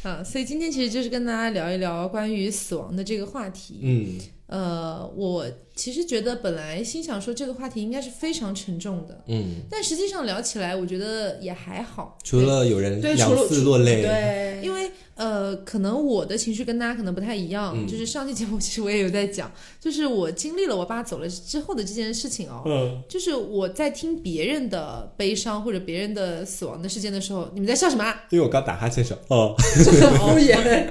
Speaker 1: 啊，所以今天其实就是跟大家聊一聊关于死亡的这个话题。
Speaker 2: 嗯
Speaker 1: 呃，我其实觉得本来心想说这个话题应该是非常沉重的，
Speaker 2: 嗯，
Speaker 1: 但实际上聊起来，我觉得也还好，
Speaker 2: 除了有人
Speaker 3: 对，
Speaker 2: 两
Speaker 3: 除了
Speaker 2: 次落泪，
Speaker 3: 对，
Speaker 1: 因为呃，可能我的情绪跟大家可能不太一样，
Speaker 2: 嗯
Speaker 1: 就是上期节目其实我也有在讲，就是我经历了我爸走了之后的这件事情哦，
Speaker 2: 嗯，
Speaker 1: 就是我在听别人的悲伤或者别人的死亡的事件的时候，你们在笑什么啊？
Speaker 2: 因为我刚打哈欠说，哦，
Speaker 3: 敷衍，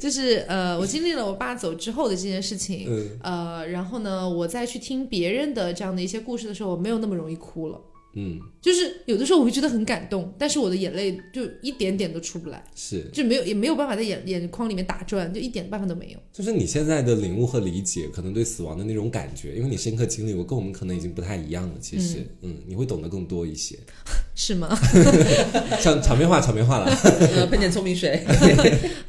Speaker 1: 就是呃，我经历了我爸走之后的这件事情，
Speaker 2: 嗯
Speaker 1: 呃，然后呢，我再去听别人的这样的一些故事的时候，我没有那么容易哭了。
Speaker 2: 嗯，
Speaker 1: 就是有的时候我会觉得很感动，但是我的眼泪就一点点都出不来，
Speaker 2: 是，
Speaker 1: 就没有也没有办法在眼眼眶里面打转，就一点办法都没有。
Speaker 2: 就是你现在的领悟和理解，可能对死亡的那种感觉，因为你深刻经历过，跟我们可能已经不太一样了。其实，嗯，你会懂得更多一些。
Speaker 1: 是吗？
Speaker 2: 像场面话，场面话了。
Speaker 3: 呃，喷点聪明水。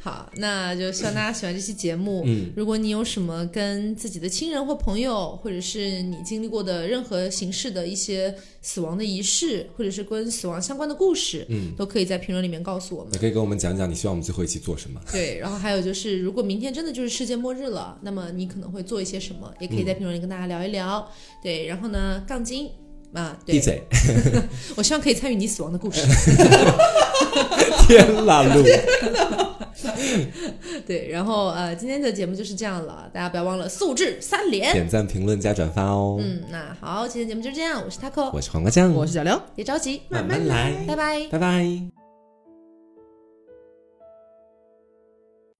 Speaker 1: 好，那就希望大家喜欢这期节目。
Speaker 2: 嗯，
Speaker 1: 如果你有什么跟自己的亲人或朋友，或者是你经历过的任何形式的一些死亡的仪式，或者是跟死亡相关的故事，
Speaker 2: 嗯，
Speaker 1: 都可以在评论里面告诉我们
Speaker 2: 你。可以跟我们讲讲，你希望我们最后一期做什么？
Speaker 1: 对，然后还有就是，如果明天真的就是世界末日了，那么你可能会做一些什么，也可以
Speaker 2: 嗯
Speaker 1: 在评论里跟大家聊一聊。对，然后呢，杠精啊，
Speaker 2: 闭
Speaker 1: 对，
Speaker 2: 嘴！
Speaker 1: 我希望可以参与你死亡的故事。
Speaker 2: 天啦路，
Speaker 1: 对，然后呃，今天的节目就是这样了，大家不要忘了素质三连。
Speaker 2: 点赞、评论、加转发哦。
Speaker 1: 嗯，那好，今天节目就这样，我是 Taco，
Speaker 2: 我是黄瓜酱，
Speaker 3: 我是小刘。
Speaker 1: 别着急，
Speaker 2: 慢慢来
Speaker 1: 拜拜。
Speaker 2: 拜拜。